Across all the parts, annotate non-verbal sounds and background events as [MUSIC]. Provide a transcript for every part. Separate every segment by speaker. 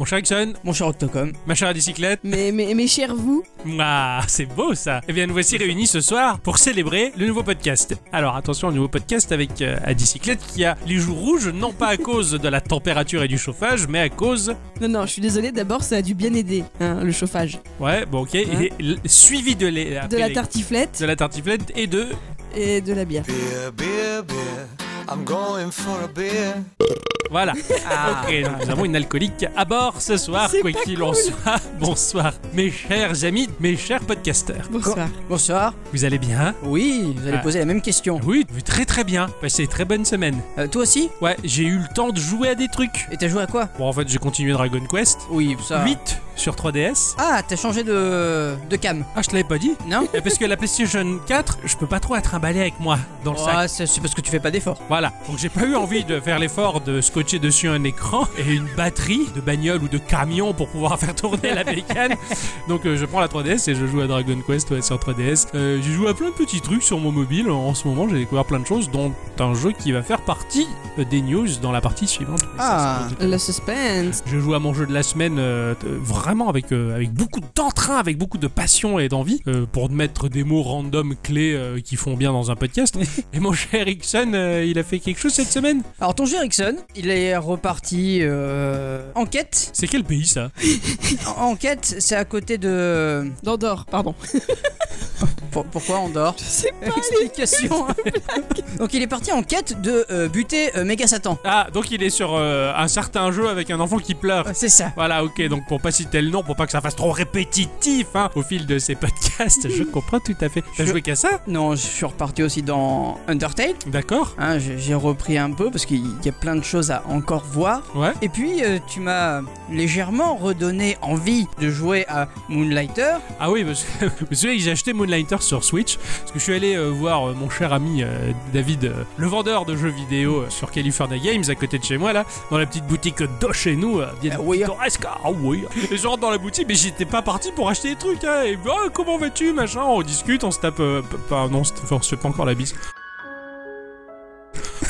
Speaker 1: Mon cher Ixon,
Speaker 2: Mon cher Octocom.
Speaker 1: ma chère à bicyclette,
Speaker 2: Mais, mais, mais cher vous,
Speaker 1: ah, c'est beau ça Eh bien, nous voici réunis ce soir pour célébrer le nouveau podcast. Alors, attention, le nouveau podcast avec euh, à bicyclette qui a les joues rouges, non pas à [LAUGHS] cause de la température et du chauffage, mais à cause...
Speaker 2: non, non, je suis désolée, d'abord ça a dû bien aider, hein, le chauffage.
Speaker 1: Ouais, bon, ok,
Speaker 2: Hein
Speaker 1: et l- suivi de, les,
Speaker 2: De
Speaker 1: après
Speaker 2: la
Speaker 1: les-
Speaker 2: tartiflette
Speaker 1: de la tartiflette et de...
Speaker 2: et de la bière.
Speaker 3: Beer, beer, beer. I'm going for a beer.
Speaker 1: Voilà. Ok, donc nous avons une alcoolique à bord ce soir,
Speaker 2: Ah. C'est
Speaker 1: quoi
Speaker 2: pas
Speaker 1: qu'il en
Speaker 2: cool.
Speaker 1: soit. Bonsoir, mes chers amis, mes chers podcasters.
Speaker 2: Bonsoir.
Speaker 4: Bonsoir.
Speaker 1: Vous allez bien
Speaker 2: Oh.
Speaker 4: Oui, vous allez
Speaker 1: Ah.
Speaker 4: poser la même question.
Speaker 1: Oui, très très bien. Passez une très bonne semaine.
Speaker 4: Euh, toi aussi
Speaker 1: Ouais, j'ai eu le temps de jouer à des trucs.
Speaker 4: Et t'as joué à quoi
Speaker 1: Bon, en fait, j'ai continué Dragon Quest.
Speaker 4: Oui, ça.
Speaker 1: 8 sur 3DS.
Speaker 4: Ah, t'as changé de de cam,
Speaker 1: Ah, je te l'avais pas dit
Speaker 4: non
Speaker 1: Eh, Parce que la PlayStation 4, je peux pas trop être trimballé avec moi dans le sac.
Speaker 4: Ah, c'est c'est parce que tu fais pas d'efforts.
Speaker 1: Voilà. Donc j'ai pas eu envie de faire l'effort de scotcher dessus un écran [LAUGHS] et une batterie de bagnole ou de camion pour pouvoir faire tourner la bécane. Donc euh, je prends la 3DS et je joue à Dragon Quest ouais, sur 3DS. Euh, j'ai joué à plein de petits trucs sur mon mobile. En ce moment, j'ai découvert plein de choses, dont un jeu qui va faire partie euh, des news dans la partie suivante. Et ça,
Speaker 4: Ah.
Speaker 1: c'est cool.
Speaker 2: Le suspense.
Speaker 1: Je joue à mon jeu de la semaine euh, euh, vraiment avec, euh, avec beaucoup d'entrain, avec beaucoup de passion et d'envie euh, pour mettre des mots random clés euh, qui font bien dans un podcast. et mon cher Ixon, euh, il a fait quelque chose cette semaine
Speaker 4: Alors ton jeu Ericsson, il est reparti euh, en quête.
Speaker 1: C'est quel pays ça
Speaker 4: En en quête, c'est à côté de
Speaker 2: D'Andorre,
Speaker 1: [LAUGHS]
Speaker 2: pardon.
Speaker 4: Pour- pourquoi on dort
Speaker 2: C'est [LAUGHS] pas
Speaker 4: Explication. Donc il est parti en quête de euh, buter euh, Méga Satan.
Speaker 1: Ah, donc il est sur euh, un certain jeu avec un enfant qui pleure.
Speaker 4: Euh, C'est ça.
Speaker 1: Voilà, ok, donc pour pas citer le nom, pour pas que ça fasse trop répétitif hein, au fil de ces podcasts, je comprends tout à fait. T'as
Speaker 4: Je-
Speaker 1: joué qu'à ça
Speaker 4: Non, je suis reparti aussi dans Undertale.
Speaker 1: D'accord
Speaker 4: Hein, j'ai j'ai repris un peu parce qu'il y a plein de choses à encore voir.
Speaker 1: Ouais.
Speaker 4: Et puis euh, tu m'as légèrement redonné envie de jouer à Moonlighter.
Speaker 1: Ah oui, parce que [LAUGHS] vous savez que j'ai acheté Moonlighter sur Switch, parce que je suis allé euh, voir euh, mon cher ami euh, David, euh, le vendeur de jeux vidéo euh, sur California Games, à côté de chez moi, là, dans la petite boutique de chez nous, euh, bien
Speaker 4: Ah oui.
Speaker 1: pittoresque. Ah oui. Et je rentre dans la boutique, mais j'étais pas parti pour acheter des trucs, hein, et bah, comment vas-tu, machin, on discute, on se tape... euh, p- pas, non, c'est- enfin, on se fait pas encore la bise.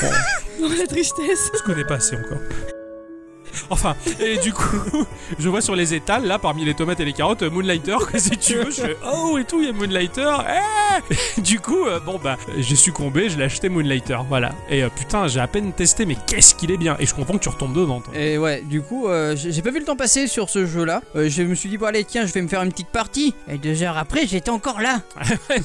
Speaker 2: Oh, la tristesse.
Speaker 1: Je connais pas assez encore. Enfin, et du coup, [LAUGHS] je vois sur les étals, là, parmi les tomates et les carottes, euh, Moonlighter, quoi, si tu veux, je fais oh et tout, il y a Moonlighter, eh Du coup, euh, bon bah, j'ai succombé, je l'ai acheté Moonlighter, voilà. Et euh, putain, j'ai à peine testé, mais qu'est-ce qu'il est bien Et je comprends que tu retombes dedans, [LAUGHS] toi.
Speaker 4: Et ouais, du coup, euh, j'ai j'ai pas vu le temps passer sur ce jeu-là. Euh, je me suis dit, bon allez, tiens, je vais me faire une petite partie. Et deux heures après, j'étais encore là,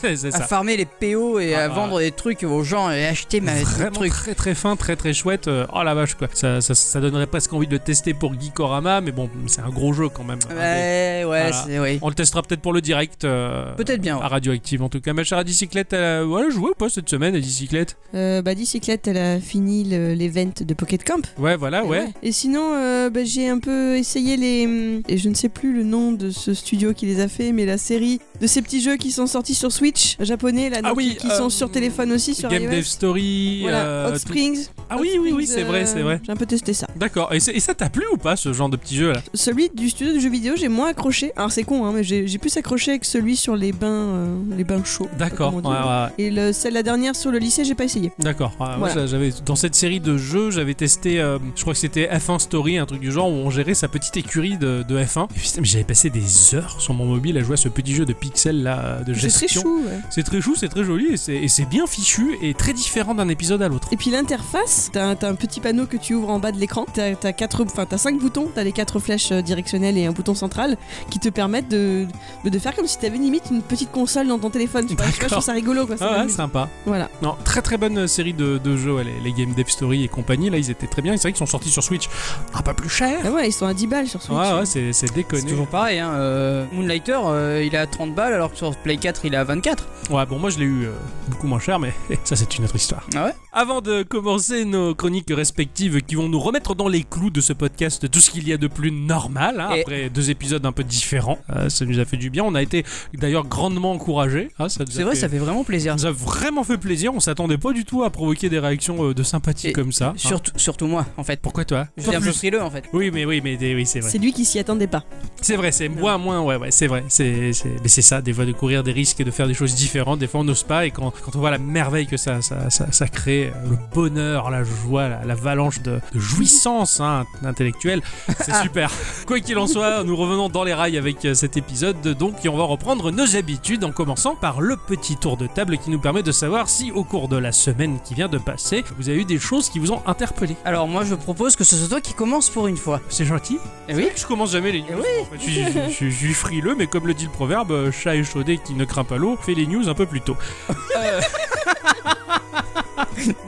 Speaker 1: C'est ça.
Speaker 4: à farmer les PO et
Speaker 1: Ah
Speaker 4: à
Speaker 1: bah.
Speaker 4: vendre des trucs aux gens et acheter ma
Speaker 1: Vraiment
Speaker 4: truc.
Speaker 1: très très fin, très très chouette. euh, Oh la vache quoi, ça, ça, ça donnerait presque envie de le tester pour Geekorama, mais bon, c'est un gros jeu quand même.
Speaker 4: Ouais, ouais,
Speaker 1: Voilà.
Speaker 4: c'est ouais.
Speaker 1: On le testera peut-être pour le direct. euh,
Speaker 4: Peut-être bien. ouais.
Speaker 1: à Radioactive en tout cas. Ma chère à bicyclette, elle a- voilà, joué ou pas cette semaine à bicyclette
Speaker 2: Euh, bah, Dicyclette, elle a fini le- l'event de Pocket Camp.
Speaker 1: Ouais, voilà, Ah ouais.
Speaker 2: Et sinon, euh, bah, j'ai un peu essayé les. hum, Et je ne sais plus le nom de ce studio qui les a fait, mais la série de ces petits jeux qui sont sortis sur Switch japonais, là,
Speaker 1: Ah
Speaker 2: donc,
Speaker 1: oui,
Speaker 2: qui, qui
Speaker 1: euh,
Speaker 2: sont sur téléphone aussi, sur
Speaker 1: Game
Speaker 2: iOS.
Speaker 1: Dev Story.
Speaker 2: Voilà,
Speaker 1: euh,
Speaker 2: Hot
Speaker 1: tout-
Speaker 2: Springs.
Speaker 1: Ah
Speaker 2: Hot
Speaker 1: oui, oui, oui,
Speaker 2: Springs,
Speaker 1: c'est vrai,
Speaker 2: euh,
Speaker 1: c'est vrai.
Speaker 2: J'ai un peu testé ça.
Speaker 1: D'accord. Et, c'est- et ça t'a plu ou pas ce genre de petit jeu là
Speaker 2: Celui du studio de jeux vidéo, j'ai moins accroché. Alors c'est con, hein, mais j'ai j'ai plus accroché avec celui sur les bains, euh, les bains chauds.
Speaker 1: D'accord.
Speaker 2: Comment
Speaker 1: Ouais,
Speaker 2: dire.
Speaker 1: ouais, ouais.
Speaker 2: Et le, celle la dernière sur le lycée, j'ai pas essayé.
Speaker 1: D'accord. Ouais, moi,
Speaker 2: Voilà.
Speaker 1: ça, j'avais dans cette série de jeux, j'avais testé, euh, je crois que c'était F1 Story, un truc du genre où on gérait sa petite écurie de, de F1. Et putain, mais j'avais passé des heures sur mon mobile à jouer à ce petit jeu de pixels là, de
Speaker 2: C'est très
Speaker 1: gestion.
Speaker 2: chou. ouais.
Speaker 1: C'est très chou, c'est très joli et c'est- et c'est bien fichu et très différent d'un épisode à l'autre.
Speaker 2: Et puis l'interface, t'as un, t'as un petit panneau que tu ouvres en bas de l'écran. T'as as quatre, enfin t'as cinq boutons. T'as les quatre flèches euh, directionnelles et un bouton central qui te permettent de, de, de faire comme si t'avais limite une petite console dans ton téléphone. Tu vois, je sais pas, je trouve ça rigolo quoi. ça
Speaker 1: Ah ouais,
Speaker 2: m'amuse.
Speaker 1: sympa.
Speaker 2: voilà.
Speaker 1: Non, très très bonne euh, série de, de jeux, ouais, les, les Game Dev Story et compagnie, là ils étaient très bien, et c'est vrai qu'ils sont sortis sur Switch un peu plus cher.
Speaker 2: Ah ouais, ils sont à 10 balles sur Switch.
Speaker 1: Ouais, ouais, c'est, c'est
Speaker 4: C'est
Speaker 1: déconné.
Speaker 4: toujours pareil, hein. euh, Moonlighter, euh, il est à 30 balles alors que sur Play 4, il est à 24.
Speaker 1: Ouais, bon, moi je l'ai eu euh, beaucoup moins cher, mais [LAUGHS] ça c'est une autre histoire.
Speaker 4: Ah ouais
Speaker 1: Avant de commencer nos chroniques respectives qui vont nous remettre dans les clous de ce podcast, tout ce qu'il y a de plus normal, hein,
Speaker 4: Et-
Speaker 1: après deux épisodes un peu différents, euh, ça nous a fait du bien. On a été d'ailleurs grandement encouragés. hein, ça nous a
Speaker 4: C'est vrai,
Speaker 1: fait-
Speaker 4: ça fait vraiment plaisir.
Speaker 1: ça nous a vraiment fait plaisir. On s'attendait pas du tout à provoquer des réactions euh, de sympathie
Speaker 4: Et
Speaker 1: comme ça. hein.
Speaker 4: Surtout, surtout moi, en fait.
Speaker 1: Pourquoi toi
Speaker 4: J'étais un peu frileux, en fait.
Speaker 1: Oui, mais oui, mais des- oui, c'est vrai.
Speaker 2: C'est lui qui s'y attendait pas.
Speaker 1: C'est vrai, c'est moins, moins, ouais, ouais, c'est vrai. C'est, c'est, mais c'est ça, des fois de courir des risques et de faire des choses différentes. Des fois, on n'ose pas, et quand, quand on voit la merveille que ça, ça, ça, ça crée, euh, le bonheur, la la joie, la- l'avalanche de, de jouissance hein, intellectuelle. C'est super. Quoi qu'il en soit, nous revenons dans les rails avec euh, cet épisode. Donc, et on va reprendre nos habitudes en commençant par le petit tour de table qui nous permet de savoir si, au cours de la semaine qui vient de passer, vous avez eu des choses qui vous ont interpellé.
Speaker 4: Alors moi je propose que ce soit toi qui commence pour une fois.
Speaker 1: C'est gentil.
Speaker 4: Eh oui.
Speaker 1: Je commence jamais les news.
Speaker 4: Eh
Speaker 1: en fait. je, suis, je suis- je suis frileux, mais comme le dit le proverbe, euh, chat échaudé qui ne craint pas l'eau fait les news un peu plus tôt. Euh, [LAUGHS]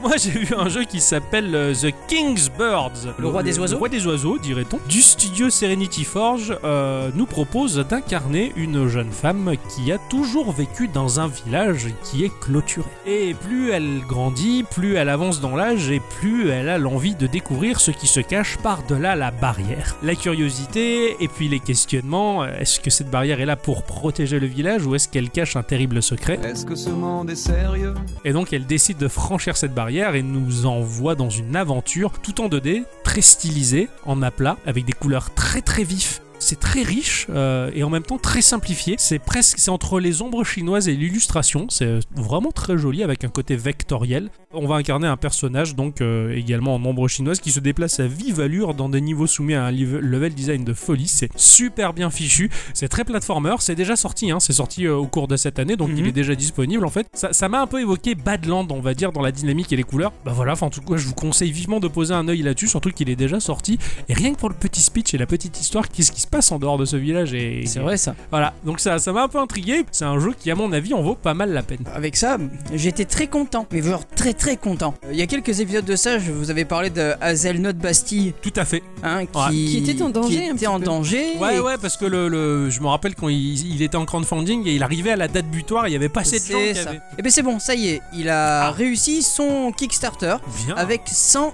Speaker 1: Moi j'ai vu un jeu qui s'appelle euh, The King's Birds.
Speaker 4: Le roi des oiseaux.
Speaker 1: Le roi des oiseaux, dirait-on. Du studio Serenity Forge euh, nous propose d'incarner une jeune femme qui a toujours vécu dans un village qui est clôturé. Et plus elle grandit, plus elle avance dans l'âge et plus elle a l'envie de découvrir ce qui se cache par-delà la barrière. La curiosité et puis les questionnements, euh, est-ce que cette barrière est là pour protéger le village ou est-ce qu'elle cache un terrible secret
Speaker 3: Est-ce que ce monde est sérieux
Speaker 1: et donc elle décide de franchir cette barrière et nous envoie dans une aventure tout en 2D, très stylisée, en aplat, avec des couleurs très très vives. C'est très riche euh, et en même temps très simplifié. C'est presque, c'est entre les ombres chinoises et l'illustration. C'est vraiment très joli avec un côté vectoriel. On va incarner un personnage donc euh, également en ombre chinoise qui se déplace à vive allure dans des niveaux soumis à un live- level design de folie. C'est super bien fichu. C'est très platformer, c'est déjà sorti, hein, c'est sorti euh, au cours de cette année, donc
Speaker 4: Mhm.
Speaker 1: il est déjà disponible en fait. Ça ça m'a un peu évoqué Badland, on va dire, dans la dynamique et les couleurs. Bah voilà, enfin en tout cas, je vous conseille vivement de poser un œil là-dessus, surtout qu'il est déjà sorti. Et rien que pour le petit speech et la petite histoire, qu'est-ce qui se passe en dehors de ce village et...
Speaker 4: C'est vrai ça.
Speaker 1: Voilà, donc ça ça m'a un peu intrigué. C'est un jeu qui, à mon avis, en vaut pas mal la peine.
Speaker 4: Avec ça, j'étais très content, mais genre très très content. Euh, Il y a quelques épisodes de ça, je vous avais parlé de Hazelnut Bastille,
Speaker 1: Tout à fait.
Speaker 4: hein, qui,
Speaker 1: Ouais.
Speaker 2: Qui était en danger,
Speaker 4: qui
Speaker 2: un
Speaker 4: était
Speaker 2: petit
Speaker 4: en
Speaker 2: peu.
Speaker 4: danger.
Speaker 1: Ouais,
Speaker 4: et
Speaker 1: ouais, parce que le, le- je me rappelle quand il, il était en crowdfunding et il arrivait à la date butoir, il y avait pas assez de gens
Speaker 4: C'est
Speaker 1: qui
Speaker 4: ça.
Speaker 1: avaient-
Speaker 4: Et ben c'est bon, ça y est, il a
Speaker 1: Ah.
Speaker 4: réussi son Kickstarter
Speaker 1: Bien.
Speaker 4: avec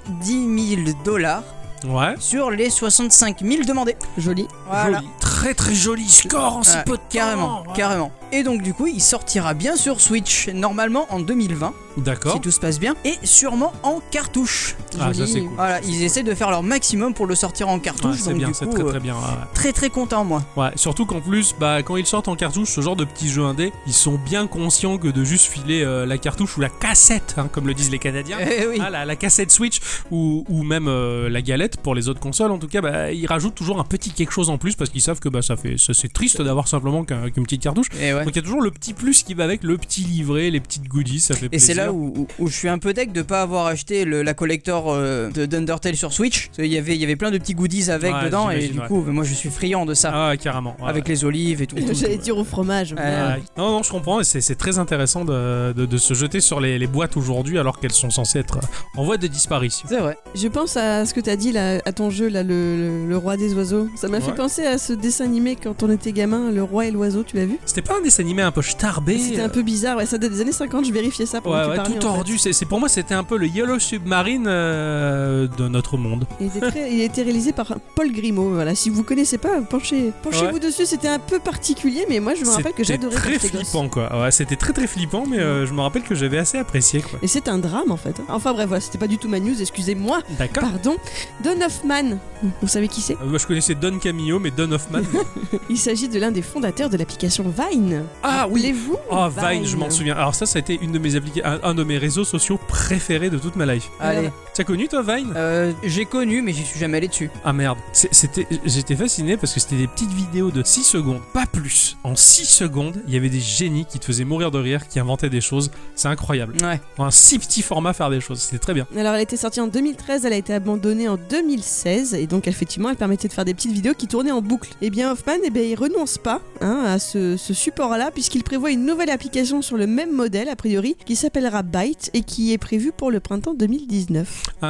Speaker 4: 110 000 dollars
Speaker 1: Ouais.
Speaker 4: sur les 65 000 demandés.
Speaker 2: Joli.
Speaker 4: Voilà.
Speaker 1: Joli. Très très joli score en si
Speaker 4: Ouais,
Speaker 1: peu de temps.
Speaker 4: Carrément,
Speaker 1: Ouais.
Speaker 4: carrément. Et donc du coup, il sortira bien sur Switch, normalement en 2020, si
Speaker 1: D'accord.
Speaker 4: tout se passe bien, et sûrement en cartouche.
Speaker 1: Ah, ça
Speaker 2: joli.
Speaker 1: c'est cool.
Speaker 4: Voilà, ils essaient de faire leur maximum pour le sortir en
Speaker 1: Ouais,
Speaker 4: cartouche.
Speaker 1: c'est
Speaker 4: donc
Speaker 1: bien,
Speaker 4: du
Speaker 1: c'est
Speaker 4: coup,
Speaker 1: très
Speaker 4: euh,
Speaker 1: très bien. ouais, ouais.
Speaker 4: très très content moi.
Speaker 1: Ouais, surtout qu'en plus, bah, quand ils sortent en cartouche, ce genre de petits jeux indés, ils sont bien conscients que de juste filer euh, la cartouche ou la cassette, hein, comme le disent les Canadiens.
Speaker 4: [LAUGHS] Eh oui.
Speaker 1: Ah, la, la cassette Switch ou, ou même euh, la galette pour les autres consoles en tout cas bah, ils rajoutent toujours un petit quelque chose en plus parce qu'ils savent que bah, ça fait ça- c'est triste d'avoir simplement qu'un- qu'une petite cartouche
Speaker 4: Et Eh ouais.
Speaker 1: donc il y a toujours le petit plus qui va avec le petit livret les petites goodies ça fait
Speaker 4: Et
Speaker 1: plaisir
Speaker 4: c'est là où, où- où je suis un peu deck de pas avoir acheté le- la collector euh, de d'Undertale sur Switch. Parce qu'il y avait- Il y avait plein de petits goodies avec
Speaker 1: Ouais,
Speaker 4: dedans et
Speaker 1: j'imagine,
Speaker 4: du
Speaker 1: ouais.
Speaker 4: coup moi je suis friand de ça.
Speaker 1: ah carrément ouais. Ah,
Speaker 4: Avec les olives et tout. tout,
Speaker 2: [LAUGHS] J'allais
Speaker 4: tout.
Speaker 2: dire au fromage. mais-
Speaker 4: Euh,
Speaker 1: Ouais. Non, non, je comprends, et c'est c'est très intéressant de, de- de se jeter sur les, les boîtes aujourd'hui alors qu'elles sont censées être euh, en voie de disparition.
Speaker 4: C'est vrai.
Speaker 2: Je pense à ce que t'as dit là, à ton jeu là, le, le- le roi des oiseaux. Ça m'a
Speaker 1: Ouais.
Speaker 2: fait penser à ce dessin animé quand on était gamin, le roi et l'oiseau. Tu l'as vu
Speaker 1: C'était pas un dessin animé un peu starbé euh,
Speaker 2: C'était un peu bizarre. Ouais, ça date des années 50. Je vérifiais ça
Speaker 1: Ouais,
Speaker 2: pendant que tu
Speaker 1: ouais,
Speaker 2: parlais,
Speaker 1: tout
Speaker 2: en fait.
Speaker 1: tordu. C'est- c'est- pour moi, c'était un peu le Yellow Submarine euh, de notre monde.
Speaker 2: Il, était très- il a été réalisé par Paul Grimaud. Voilà, si vous connaissez pas, penchez, penchez-vous dessus. C'était un peu particulier, mais moi je me rappelle que
Speaker 1: C'était
Speaker 2: j'adorais. quand
Speaker 1: très
Speaker 2: j'étais gosse.
Speaker 1: flippant, quoi. Ouais, c'était très très flippant, mais euh, je me rappelle que j'avais assez apprécié, quoi.
Speaker 2: Et c'est un drame en fait. Enfin bref, voilà, c'était pas du tout ma news. Excusez-moi.
Speaker 1: D'accord.
Speaker 2: Pardon. Don Hoffman. Vous savez qui c'est
Speaker 1: Euh, moi, je connaissais Don Camillo, mais Don
Speaker 2: [LAUGHS]
Speaker 1: Hoffman.
Speaker 2: Il s'agit de l'un des fondateurs de l'application Vine.
Speaker 1: ah oui.
Speaker 2: Rappelez-vous
Speaker 1: Oh, Vine, je m'en souviens. Alors ça, ça a été une de mes applica- un, un de mes réseaux sociaux préférés de toute ma life.
Speaker 4: Allez.
Speaker 1: T'as connu toi Vine
Speaker 4: Euh, J'ai connu mais j'y suis jamais allé dessus.
Speaker 1: Ah merde, C'est- c'était, j'étais fasciné parce que c'était des petites vidéos de 6 secondes, pas plus. En 6 secondes, il y avait des génies qui te faisaient mourir de rire, qui inventaient des choses. C'est incroyable.
Speaker 4: Ouais.
Speaker 2: Mm.
Speaker 1: Pour un si petit format, faire des choses, c'était très bien.
Speaker 2: Alors elle a été sortie en 2013, elle a été abandonnée en 2016 et donc effectivement elle permettait de faire des petites vidéos qui tournaient en boucle. Et bien Hoffman, eh bien, il renonce pas hein, à ce, ce support-là puisqu'il prévoit une nouvelle application sur le même modèle a priori qui s'appellera Byte et qui est prévue pour le printemps 2019.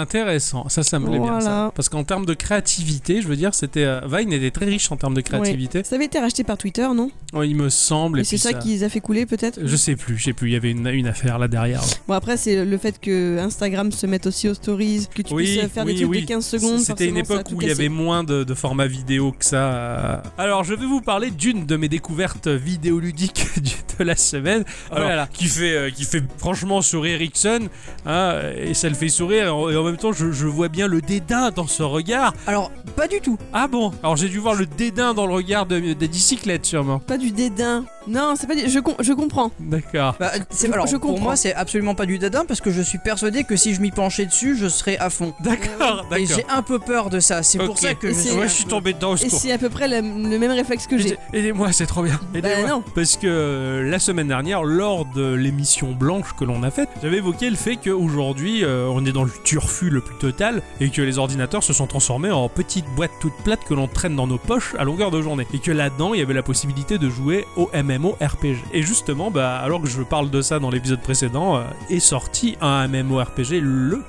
Speaker 1: Intéressant, ça, ça me plaît bien.
Speaker 2: Voilà.
Speaker 1: Ça. Parce qu'en termes de créativité, je veux dire, c'était euh, Vine était très riche en termes de créativité.
Speaker 2: Ça avait été racheté par Twitter, non
Speaker 1: Oh, il me semble.
Speaker 2: Et
Speaker 1: et
Speaker 2: c'est
Speaker 1: puis
Speaker 2: ça, qui les a fait couler peut-être
Speaker 1: Je sais plus, je sais plus. Il y avait une, une affaire là derrière.
Speaker 2: Bon après c'est le fait que Instagram se mette aussi aux stories, que tu
Speaker 1: Oui,
Speaker 2: puisses faire
Speaker 1: oui,
Speaker 2: des trucs
Speaker 1: oui.
Speaker 2: de 15 secondes.
Speaker 1: C'était une
Speaker 2: forcément, ça a
Speaker 1: époque
Speaker 2: tout
Speaker 1: où il y
Speaker 2: cassé.
Speaker 1: avait moins de, de formats vidéo que ça. euh. Alors, je vais vous parler d'une de mes découvertes vidéoludiques [LAUGHS] du- de la semaine. Alors,
Speaker 4: Oh là là.
Speaker 1: Qui, fait, euh, qui fait franchement sourire Ixon. hein, et ça le fait sourire. Et en, et en même temps, je, je vois bien le dédain dans ce regard.
Speaker 4: Alors pas du tout.
Speaker 1: Ah bon Alors, j'ai dû voir le dédain dans le regard de, de Dicyclette, sûrement.
Speaker 2: Pas du dédain, Non, c'est pas. du- Je, com- je comprends.
Speaker 1: D'accord.
Speaker 4: Bah, c'est-
Speaker 2: Je-
Speaker 4: alors,
Speaker 2: je
Speaker 4: pour
Speaker 2: comprends.
Speaker 4: moi, c'est absolument pas du dadin parce que je suis persuadé que si je m'y penchais dessus, je serais à fond.
Speaker 1: D'accord,
Speaker 4: Euh, Et
Speaker 1: d'accord.
Speaker 4: j'ai un peu peur de ça. C'est pour
Speaker 1: Ok.
Speaker 4: ça que
Speaker 2: Et
Speaker 4: je
Speaker 2: c'est-
Speaker 4: suis
Speaker 1: Ouais,
Speaker 4: un
Speaker 1: je suis
Speaker 4: peu-
Speaker 1: tombé dedans au
Speaker 2: Et
Speaker 1: secours.
Speaker 2: c'est à peu près la- le même réflexe que j'ai.
Speaker 1: Aidez- Aidez-moi, c'est trop bien.
Speaker 4: Bah
Speaker 1: Aidez-moi.
Speaker 2: non.
Speaker 1: Parce que euh, la semaine dernière, lors de l'émission blanche que l'on a faite, j'avais évoqué le fait qu'aujourd'hui, euh, on est dans le turfu le plus total et que les ordinateurs se sont transformés en petites boîtes toutes plates que l'on traîne dans nos poches à longueur de journée. Et que là-dedans, il y avait la possibilité de jouer au MMORPG. Et justement, bah, alors que je parle de ça dans l'épisode précédent, euh, est sorti un MMORPG, le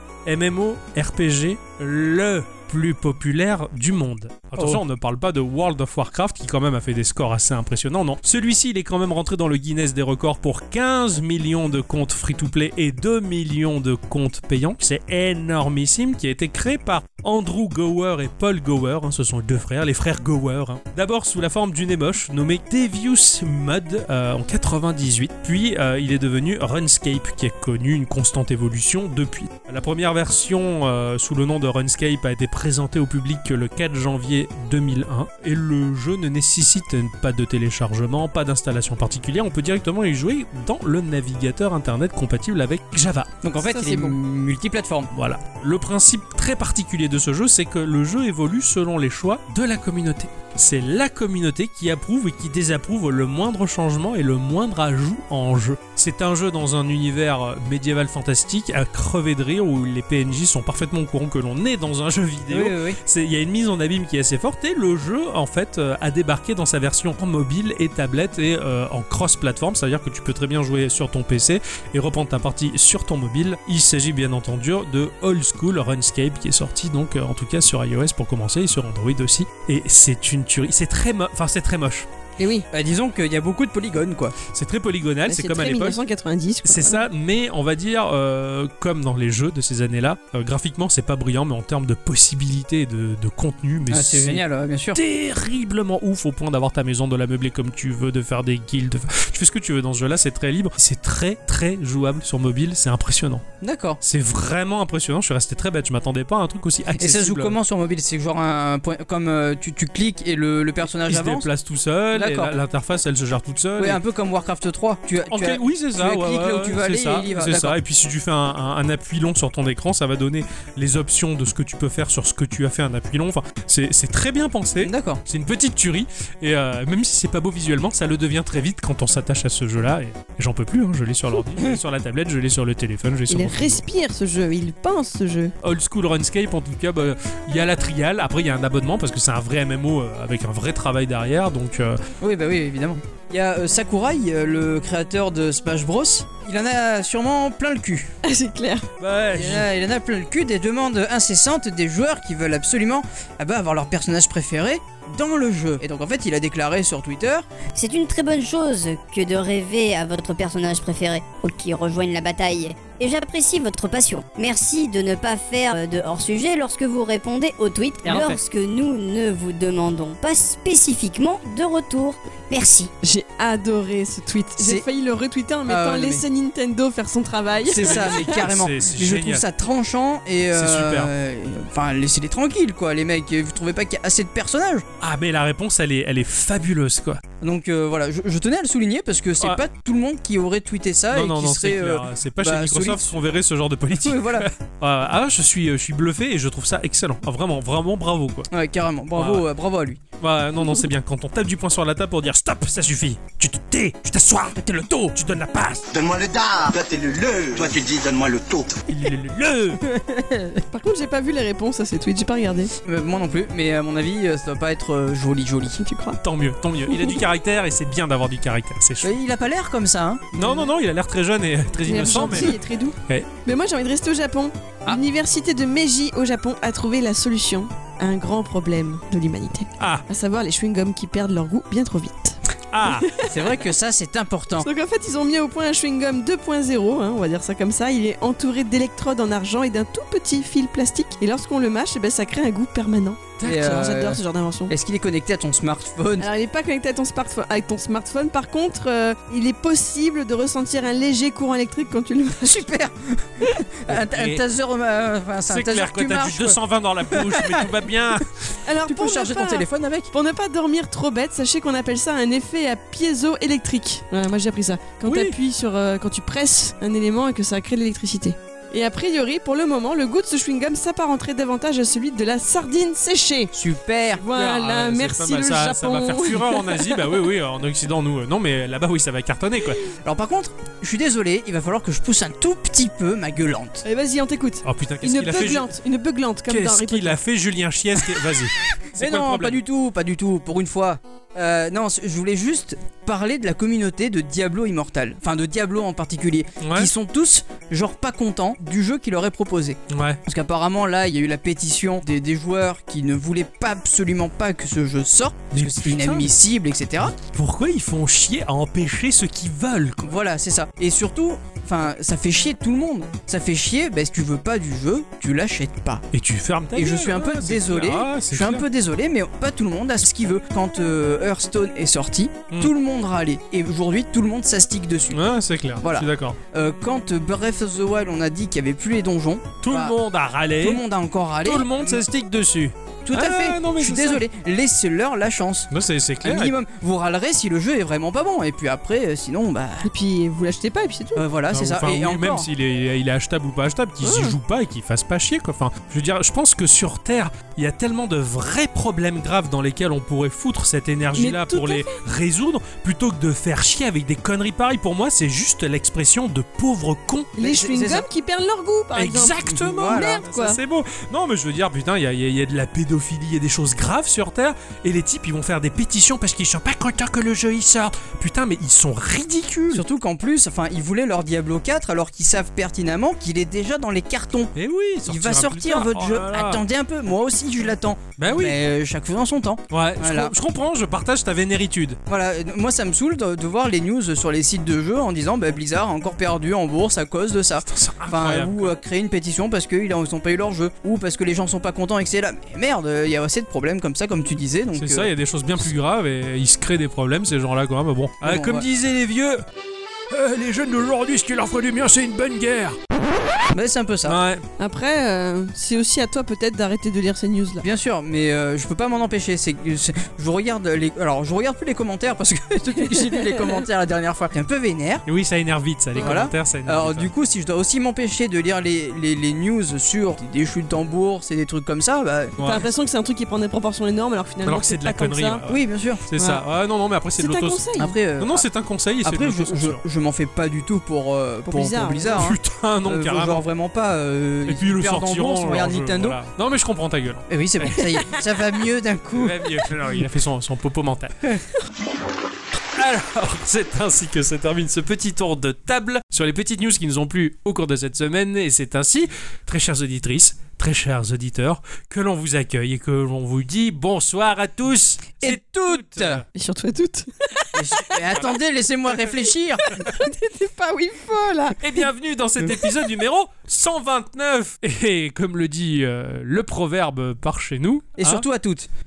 Speaker 1: MMORPG, le plus populaire du monde. Attention, on ne parle pas de World of Warcraft qui quand même a fait des scores assez impressionnants, non. Celui-ci, il est quand même rentré dans le Guinness des records pour 15 millions de comptes free-to-play et 2 millions de comptes payants. C'est énormissime, qui a été créé par Andrew Gower et Paul Gower. hein, ce sont deux frères, les frères Gower. hein. D'abord sous la forme d'une émoche nommée Devious Mud euh, en 98, puis euh, il est devenu Runscape, qui a connu une constante évolution depuis. La première version euh, sous le nom de Runscape a été présentée au public le 4 janvier 2001 et le jeu ne nécessite pas de téléchargement, pas d'installation particulière, on peut directement y jouer dans le navigateur internet compatible avec Java.
Speaker 4: Donc en fait,
Speaker 2: Ça,
Speaker 4: il
Speaker 2: c'est
Speaker 4: est
Speaker 2: bon.
Speaker 4: multiplateforme.
Speaker 1: Voilà. Le principe très particulier de ce jeu, c'est que le jeu évolue selon les choix de la communauté. C'est la communauté qui approuve et qui désapprouve le moindre changement et le moindre ajout en jeu. C'est un jeu dans un univers euh, médiéval fantastique à crever de rire où les PNJ sont parfaitement au courant que l'on est dans un jeu vidéo.
Speaker 4: Oui, oui, oui.
Speaker 1: C'est- Il y a une mise en abîme qui est assez forte et le jeu en fait euh, a débarqué dans sa version en mobile et tablette et euh, en cross-platform, c'est-à-dire que tu peux très bien jouer sur ton PC et reprendre ta partie sur ton mobile. Il s'agit bien entendu de Old School Runscape qui est sorti donc euh, en tout cas sur iOS pour commencer et sur Android aussi. Et c'est une tuerie, c'est très, mo- enfin, c'est très moche,
Speaker 2: Et oui.
Speaker 4: Bah, disons qu'il y a beaucoup de polygones quoi.
Speaker 1: c'est très polygonal,
Speaker 2: Bah,
Speaker 1: c'est comme à
Speaker 2: très
Speaker 1: l'époque.
Speaker 2: 1990. quoi.
Speaker 1: C'est ça, mais on va dire, euh, comme dans les jeux de ces années-là, euh, graphiquement c'est pas brillant, mais en termes de possibilités et de, de contenu, mais
Speaker 4: Ah, c'est génial, euh, bien sûr.
Speaker 1: terriblement ouf au point d'avoir ta maison, de la meubler comme tu veux, de faire des guildes. de- Tu fais ce que tu veux dans ce jeu-là, c'est très libre. C'est très très jouable sur mobile, c'est impressionnant.
Speaker 4: D'accord.
Speaker 1: C'est vraiment impressionnant, je suis resté très bête, je m'attendais pas à un truc aussi
Speaker 4: Et
Speaker 1: accessible.
Speaker 4: ça se joue comment sur mobile C'est genre un point, comme euh, tu, tu cliques et le, le personnage
Speaker 1: Il se
Speaker 4: avance.
Speaker 1: déplace tout seul, et
Speaker 4: D'accord.
Speaker 1: la- l'interface elle se gère toute seule.
Speaker 4: Oui,
Speaker 1: et-
Speaker 4: un peu comme Warcraft 3. Tu, as- tu
Speaker 1: Ok,
Speaker 4: as-
Speaker 1: oui, c'est ça.
Speaker 4: cliques
Speaker 1: ouais,
Speaker 4: là où
Speaker 1: ouais,
Speaker 4: tu veux
Speaker 1: c'est
Speaker 4: aller
Speaker 1: ça,
Speaker 4: et il y va,
Speaker 1: c'est ça.
Speaker 4: d'accord.
Speaker 1: Et puis si tu fais un, un- un appui long sur ton écran, ça va donner les options de ce que tu peux faire sur ce que tu as fait un appui long. Enfin, c'est c'est très bien pensé.
Speaker 4: D'accord.
Speaker 1: C'est une petite tuerie, et euh, même si c'est pas beau visuellement, ça le devient très vite quand on s'attache à ce jeu-là. Et, et j'en peux plus, hein, je l'ai sur l'ordi, je l'ai sur la tablette, je l'ai sur le téléphone, je l'ai sur
Speaker 2: Il
Speaker 1: mon frigo.
Speaker 2: respire ce jeu, il pense ce jeu.
Speaker 1: Old School Runscape, en tout cas, bah, il y a la trial, après il y a un abonnement parce que c'est un vrai MMO euh, avec un vrai travail derrière, donc euh,
Speaker 4: Oui, bah oui, évidemment. Il y a euh, Sakurai, euh, le créateur de Smash Bros. Il en a sûrement plein le cul.
Speaker 2: [LAUGHS] Ah, c'est clair.
Speaker 1: bah,
Speaker 4: Il
Speaker 1: j-
Speaker 4: en a, il en a plein le cul des demandes incessantes des joueurs qui veulent absolument ah bah, avoir leur personnage préféré dans le jeu. Et donc en fait, il a déclaré sur Twitter
Speaker 5: C'est une très bonne chose que de rêver à votre personnage préféré pour qu'il rejoigne la bataille. Et j'apprécie votre passion. Merci de ne pas faire euh, de hors-sujet lorsque vous répondez aux tweets,
Speaker 4: Et en fait-
Speaker 5: lorsque nous ne vous demandons pas spécifiquement de retour. Merci.
Speaker 2: J'ai adoré ce tweet. Ah J'ai
Speaker 4: C'est-
Speaker 2: failli le retweeter en mettant
Speaker 4: ouais, mais-
Speaker 2: laissez Nintendo faire son travail.
Speaker 4: C'est ça, mais carrément.
Speaker 1: C'est-
Speaker 4: Mais
Speaker 1: c'est
Speaker 4: je
Speaker 1: génial.
Speaker 4: trouve ça tranchant et.
Speaker 1: C'est
Speaker 4: euh, Enfin, laissez-les tranquilles, quoi, les mecs. Vous trouvez pas qu'il y a assez de personnages
Speaker 1: ah mais la réponse elle est, elle est fabuleuse quoi.
Speaker 4: Donc euh, voilà, je, je tenais à le souligner parce que c'est
Speaker 1: Ouais.
Speaker 4: pas tout le monde qui aurait tweeté ça
Speaker 1: non
Speaker 4: Ah, et
Speaker 1: non
Speaker 4: qui
Speaker 1: non, c'est
Speaker 4: serait.
Speaker 1: clair, c'est pas chez
Speaker 4: bah,
Speaker 1: Microsoft
Speaker 4: solide.
Speaker 1: qu'on verrait ce genre de politique.
Speaker 4: euh, [LAUGHS] ouais, voilà,
Speaker 1: Ah, ah, je suis, je suis bluffé et je trouve ça excellent, Ah, vraiment vraiment bravo quoi.
Speaker 4: Ouais, carrément. Bravo,
Speaker 1: Ouais.
Speaker 4: euh, bravo à lui.
Speaker 1: Ouais, Bah, non, non, c'est bien. Quand on tape du poing sur la table pour dire stop, ça suffit. Tu te tais, tu t'assois, t'es le taux, tu donnes la passe.
Speaker 6: Donne-moi le dard Toi, t'es le le Toi, tu dis donne-moi le taux
Speaker 1: Le, le, le.
Speaker 2: Par contre, j'ai pas vu les réponses à ces tweets, j'ai pas regardé.
Speaker 4: Euh, moi non plus, mais à mon avis, euh, ça doit pas être euh, joli, joli.
Speaker 2: Tu crois
Speaker 1: Tant mieux, tant mieux. Il a du caractère et c'est bien d'avoir du caractère. C'est chouette.
Speaker 4: Mais Euh, il a pas l'air comme ça, hein.
Speaker 1: Non, non, non, il a l'air très jeune et [LAUGHS] euh, très
Speaker 2: Il est
Speaker 1: innocent, mais.
Speaker 2: gentil et très doux.
Speaker 1: Ouais.
Speaker 2: Mais moi j'ai envie de rester au Japon.
Speaker 4: Ah.
Speaker 2: L'université de Meiji au Japon a trouvé la solution à un grand problème de l'humanité,
Speaker 1: Ah,
Speaker 2: à savoir les chewing-gums qui perdent leur goût bien trop vite.
Speaker 1: ah,
Speaker 4: C'est vrai que ça, c'est important.
Speaker 2: Donc en fait ils ont mis au point un chewing-gum 2.0, hein, on va dire ça comme ça. Il est entouré d'électrodes en argent et d'un tout petit fil plastique. Et lorsqu'on le mâche, eh ben, ça crée un goût permanent.
Speaker 4: Et,
Speaker 2: D'accord,
Speaker 4: euh,
Speaker 2: j'adore ce genre d'invention.
Speaker 4: Est-ce qu'il est connecté à ton smartphone
Speaker 2: Alors, il n'est pas connecté à ton smartphone. Avec ton smartphone, par contre, euh, il est possible de ressentir un léger courant électrique quand tu le.
Speaker 4: [LAUGHS] Super Un, ta- un
Speaker 1: Et-
Speaker 4: taser, euh, enfin, c'est un
Speaker 1: C'est
Speaker 4: taser
Speaker 1: clair que
Speaker 4: qui
Speaker 1: t'as
Speaker 4: marche,
Speaker 1: du
Speaker 4: quoi.
Speaker 1: 220 dans la bouche, mais tout va bien.
Speaker 2: Alors,
Speaker 4: Tu
Speaker 2: pour
Speaker 4: peux
Speaker 2: ne
Speaker 4: charger
Speaker 2: pas-
Speaker 4: ton téléphone avec
Speaker 2: Pour ne pas dormir trop bête, sachez qu'on appelle ça un effet à piézoélectrique. Voilà, moi j'ai appris ça. Quand
Speaker 1: Oui.
Speaker 2: t'appuies sur, euh, quand tu presses un élément et que ça crée de l'électricité. Et a priori, pour le moment, le goût de ce chewing-gum s'apparenterait davantage à celui de la sardine séchée.
Speaker 4: Super
Speaker 2: Voilà,
Speaker 1: Ah, c'est
Speaker 2: merci
Speaker 1: pas mal.
Speaker 2: le
Speaker 1: ça,
Speaker 2: Japon.
Speaker 1: Ça va faire fureur
Speaker 2: [LAUGHS]
Speaker 1: en Asie, bah oui, oui, en Occident, nous. euh, Non, mais là-bas, oui, ça va cartonner, quoi.
Speaker 4: Alors par contre, je suis désolé, il va falloir que je pousse un tout petit peu ma gueulante.
Speaker 2: Allez, Eh, vas-y, on t'écoute.
Speaker 1: Oh putain, qu'est-ce
Speaker 2: Une
Speaker 1: qu'il a fait Ju-
Speaker 2: beuglante, une beuglante comme dans
Speaker 1: Qu'est-ce
Speaker 2: Harry Potter.
Speaker 1: qu'il a fait, Julien Chies qui- Vas-y. C'est
Speaker 4: Mais
Speaker 1: quoi le
Speaker 4: non, pas
Speaker 1: problème
Speaker 4: du tout, pas du tout, pour une fois. Euh, non, c- je voulais juste parler de la communauté de Diablo Immortal, enfin de Diablo en particulier,
Speaker 1: Ouais,
Speaker 4: qui sont tous genre pas contents du jeu qu'il leur est proposé.
Speaker 1: ouais.
Speaker 4: Parce qu'apparemment là, il y a eu la pétition des, des joueurs qui ne voulaient pas absolument pas que ce jeu sorte, parce
Speaker 1: Mais
Speaker 4: que c'est
Speaker 1: putain.
Speaker 4: inadmissible, etc.
Speaker 1: Pourquoi ils font chier à empêcher ceux qui veulent quoi
Speaker 4: Voilà, c'est ça. Et surtout, enfin, ça fait chier tout le monde. Ça fait chier, ben si tu veux pas du jeu, tu l'achètes pas.
Speaker 1: Et tu fermes ta
Speaker 4: Et je
Speaker 1: gueule,
Speaker 4: suis un peu
Speaker 1: ouais, c'est
Speaker 4: désolé.
Speaker 1: clair. Ah, c'est
Speaker 4: Je suis un
Speaker 1: clair.
Speaker 4: peu désolé, mais pas tout le monde a ce qu'il veut. Quand euh, Hearthstone est sorti,
Speaker 1: Hmm.
Speaker 4: tout le monde râlait. Et aujourd'hui, tout le monde s'astique dessus.
Speaker 1: Ouais, c'est clair.
Speaker 4: Voilà.
Speaker 1: Je suis d'accord.
Speaker 4: Euh, quand euh, Breath of the Wild, on a dit qu'il y avait plus les donjons,
Speaker 1: Tout
Speaker 4: Bah,
Speaker 1: le monde a
Speaker 4: tout
Speaker 1: râlé.
Speaker 4: le monde a encore râlé.
Speaker 1: Tout le monde se stick dessus.
Speaker 4: Tout à
Speaker 1: Ah,
Speaker 4: fait.
Speaker 1: non, mais
Speaker 4: je suis
Speaker 1: c'est ça.
Speaker 4: désolé. Laissez-leur la chance.
Speaker 1: Non, c'est c'est
Speaker 4: Un
Speaker 1: clair.
Speaker 4: minimum. Vous râlerez si le jeu est vraiment pas bon. Et puis après, euh, sinon, bah.
Speaker 2: Et puis vous l'achetez pas et puis c'est tout.
Speaker 4: euh, voilà, c'est ça.
Speaker 1: Enfin,
Speaker 4: et
Speaker 1: oui,
Speaker 4: encore.
Speaker 1: même s'il est, il est achetable ou pas achetable, qu'il s'y
Speaker 4: Ouais.
Speaker 1: joue pas et qu'il fasse pas chier quoi. Enfin, je veux dire, je pense que sur Terre, il y a tellement de vrais problèmes graves dans lesquels on pourrait foutre cette énergie là
Speaker 2: Mais tout
Speaker 1: pour
Speaker 2: à
Speaker 1: les résoudre plutôt que de faire chier avec des conneries pareilles. Pour moi, c'est juste l'expression de pauvres cons.
Speaker 2: Les
Speaker 4: c'est- c'est ça.
Speaker 2: chewing-gums qui perdent leur goût, par exemple.
Speaker 1: Exactement.
Speaker 4: Voilà.
Speaker 2: Merde
Speaker 1: Ça
Speaker 2: quoi.
Speaker 1: c'est beau. Non mais je veux dire putain il y a, il y a- il y a de la pédophilie, il y a des choses graves sur Terre et les types ils vont faire des pétitions parce qu'ils sont pas contents que le jeu il sorte. Putain mais ils sont ridicules.
Speaker 4: Surtout qu'en plus, enfin, ils voulaient leur Diablo 4 alors qu'ils savent pertinemment qu'il est déjà dans les cartons.
Speaker 1: Et Eh oui,
Speaker 4: Il
Speaker 1: sortira
Speaker 4: va
Speaker 1: plus
Speaker 4: sortir
Speaker 1: tard.
Speaker 4: votre
Speaker 1: Oh
Speaker 4: jeu.
Speaker 1: là là.
Speaker 4: Attendez un peu, moi aussi je l'attends.
Speaker 1: Bah oui.
Speaker 4: Mais euh, chaque fois dans son temps.
Speaker 1: Ouais,
Speaker 4: Voilà.
Speaker 1: je, com- je comprends, je partage ta vénéritude. [LAUGHS]
Speaker 4: Voilà, euh, moi ça me saoule de, de voir les news sur les sites de jeux en disant bah, Blizzard a encore perdu en bourse à cause de ça.
Speaker 1: C'est
Speaker 4: Enfin,
Speaker 1: incroyable.
Speaker 4: ou euh, créer une pétition parce qu'ils n'ont pas eu leur jeu, ou parce que les gens sont pas contents et que c'est là. Mais merde, euh, il y a assez de problèmes comme ça, comme tu disais. Donc,
Speaker 1: C'est
Speaker 4: euh,
Speaker 1: ça, il y a des choses bien plus graves et ils se créent des problèmes, ces gens-là, quand même. Bon, Ah,
Speaker 4: bon,
Speaker 1: comme
Speaker 4: ouais.
Speaker 1: disaient les vieux, euh, les jeunes d'aujourd'hui, ce qui leur ferait du bien, c'est une bonne guerre.
Speaker 4: bah, c'est un peu ça.
Speaker 1: Ouais,
Speaker 2: Après, euh, c'est aussi à toi peut-être d'arrêter de lire ces news là.
Speaker 4: Bien sûr, mais euh, je peux pas m'en empêcher. C'est, que- c'est- je regarde les, alors je regarde plus les commentaires parce que [LAUGHS] depuis que j'ai lu les commentaires la dernière fois, j'étais un peu vénère.
Speaker 1: Et oui, ça énerve vite, ça, les
Speaker 4: Voilà.
Speaker 1: commentaires, ça énerve
Speaker 4: Alors
Speaker 1: vite,
Speaker 4: du coup, si je dois aussi m'empêcher de lire les, les, les news sur des chutes en bourse et des trucs comme ça, bah
Speaker 1: ouais.
Speaker 2: T'as l'impression que c'est un truc qui prend des proportions énormes alors que finalement.
Speaker 1: Alors que c'est de la
Speaker 2: pas tant que
Speaker 1: connerie.
Speaker 2: ça.
Speaker 1: ouais.
Speaker 4: oui, bien sûr.
Speaker 1: C'est ça. Ah, non, non, mais après, c'est
Speaker 2: C'est
Speaker 1: de
Speaker 2: un
Speaker 1: l'auto.
Speaker 2: conseil.
Speaker 4: Après, euh,
Speaker 1: Ah. Non, non, c'est un conseil. et c'est de
Speaker 4: après je, je,
Speaker 1: l'autocensure.
Speaker 4: je m'en fais pas du tout pour euh, pour,
Speaker 2: Blizzard,
Speaker 4: pour Blizzard, hein.
Speaker 1: Putain, non,
Speaker 4: Euh,
Speaker 1: carrément.
Speaker 4: genre vraiment pas. euh,
Speaker 1: Et
Speaker 4: ils
Speaker 1: puis ils le
Speaker 4: perdent en
Speaker 1: sortiront.
Speaker 4: bourse, on
Speaker 1: leur
Speaker 4: regarde
Speaker 1: jeu,
Speaker 4: Nintendo.
Speaker 1: voilà. Non, mais je comprends ta gueule.
Speaker 4: Et oui, c'est bon, ça
Speaker 1: [LAUGHS]
Speaker 4: y est, ça va mieux d'un coup.
Speaker 1: Ouais, mieux. Alors, il a fait son, son popo
Speaker 4: [LAUGHS]
Speaker 1: mental. Alors, c'est ainsi que se termine ce petit tour de table sur les petites news qui nous ont plu au cours de cette semaine. Et c'est ainsi, très chères auditrices, très chers auditeurs, que l'on vous accueille et que l'on vous dit bonsoir à tous
Speaker 4: Et toutes.
Speaker 2: Et surtout à toutes. [LAUGHS]
Speaker 4: Mais je- mais attendez, laissez-moi réfléchir.
Speaker 2: T'es pas où il faut là.
Speaker 1: Et bienvenue dans cet épisode numéro 129. Et comme le dit euh, le proverbe par chez nous.
Speaker 4: Et
Speaker 1: hein,
Speaker 4: surtout à toutes.
Speaker 1: [LAUGHS]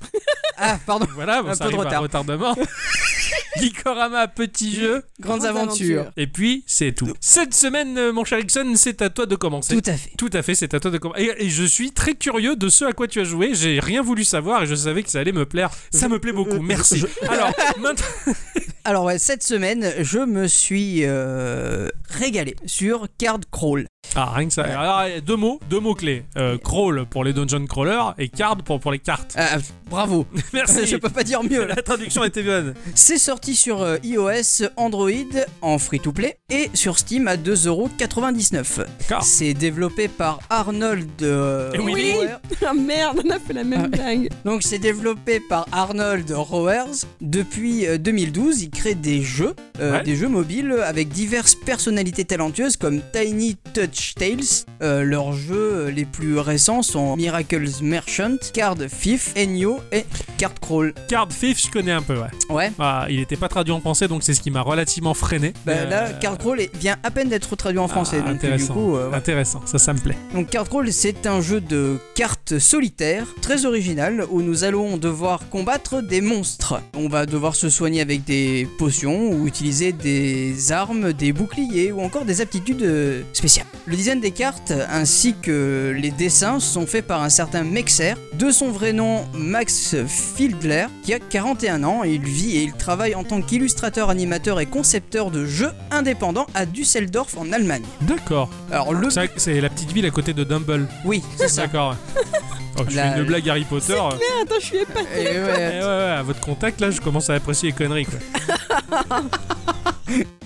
Speaker 4: Ah, pardon.
Speaker 1: voilà, bon,
Speaker 4: un
Speaker 1: ça
Speaker 4: peu de
Speaker 1: arrive à
Speaker 4: [LAUGHS]
Speaker 1: retardement. Gikorama, petit jeu.
Speaker 4: Grandes aventures.
Speaker 1: Et puis, c'est tout. Cette semaine, euh, mon cher Ixon, c'est à toi de commencer.
Speaker 4: Tout à fait.
Speaker 1: Tout à fait, c'est à toi de commencer. Et, et je suis très curieux de ce à quoi tu as joué. J'ai rien voulu savoir et je savais que ça allait me plaire. Ça me plaît beaucoup,
Speaker 4: [LAUGHS]
Speaker 1: merci. Alors, maintenant.
Speaker 4: Alors ouais, cette semaine, je me suis euh, régalé sur Card Crawl.
Speaker 1: Ah, rien que ça. Alors, deux mots, deux mots clés. Euh, crawl pour les dungeon crawlers et card pour, pour les cartes. [LAUGHS]
Speaker 4: Ah, bravo. [LAUGHS]
Speaker 1: Merci.
Speaker 4: je peux pas dire mieux.
Speaker 1: [LAUGHS]
Speaker 4: là.
Speaker 1: La traduction était bonne.
Speaker 4: C'est sorti sur euh, iOS, Android en free to play et sur Steam à 2,99€.
Speaker 1: D'accord.
Speaker 4: C'est développé par Arnold. euh,
Speaker 1: Ah. Et Willy.
Speaker 4: Rower.
Speaker 2: Ah merde, on a fait la
Speaker 4: Ah.
Speaker 2: même blague.
Speaker 4: Donc c'est développé par Arnold Rowers. Depuis euh, 2012, il crée des jeux, euh,
Speaker 1: Ouais.
Speaker 4: des jeux mobiles avec diverses personnalités talentueuses comme Tiny Touch Tales. Euh, leurs jeux euh, les plus récents sont Miracles Merchant, Card Thief, Enyo et Card Crawl.
Speaker 1: Card Thief, je connais un peu, ouais.
Speaker 4: Ouais.
Speaker 1: Ah, il n'était pas traduit en français, donc c'est ce qui m'a relativement freiné.
Speaker 4: Bah,
Speaker 1: Euh,
Speaker 4: Là, Card Crawl est- vient à peine d'être traduit en français,
Speaker 1: ah,
Speaker 4: donc euh, du
Speaker 1: intéressant.
Speaker 4: coup, euh, ouais.
Speaker 1: Intéressant, ça, ça me plaît.
Speaker 4: Donc Card Crawl, c'est un jeu de cartes carte solitaire, très originale, où nous allons devoir combattre des monstres. On va devoir se soigner avec des potions ou utiliser des armes, des boucliers ou encore des aptitudes euh, spéciales. Le design des cartes ainsi que les dessins sont faits par un certain Mexer, de son vrai nom Max Fieldler, qui a 41 ans, il vit et il travaille en tant qu'illustrateur, animateur et concepteur de jeux indépendants à Düsseldorf en Allemagne.
Speaker 1: D'accord.
Speaker 4: Alors le...
Speaker 1: Ça, C'est la petite ville à côté de Dumble.
Speaker 4: Oui, c'est ça. [LAUGHS]
Speaker 1: D'accord. Oh, je
Speaker 4: La-
Speaker 1: fais une blague Harry Potter.
Speaker 2: Ah, attends, je suis pas.
Speaker 4: Et ouais.
Speaker 1: Eh ouais, ouais, à votre contact, là, je commence à apprécier les conneries. Quoi.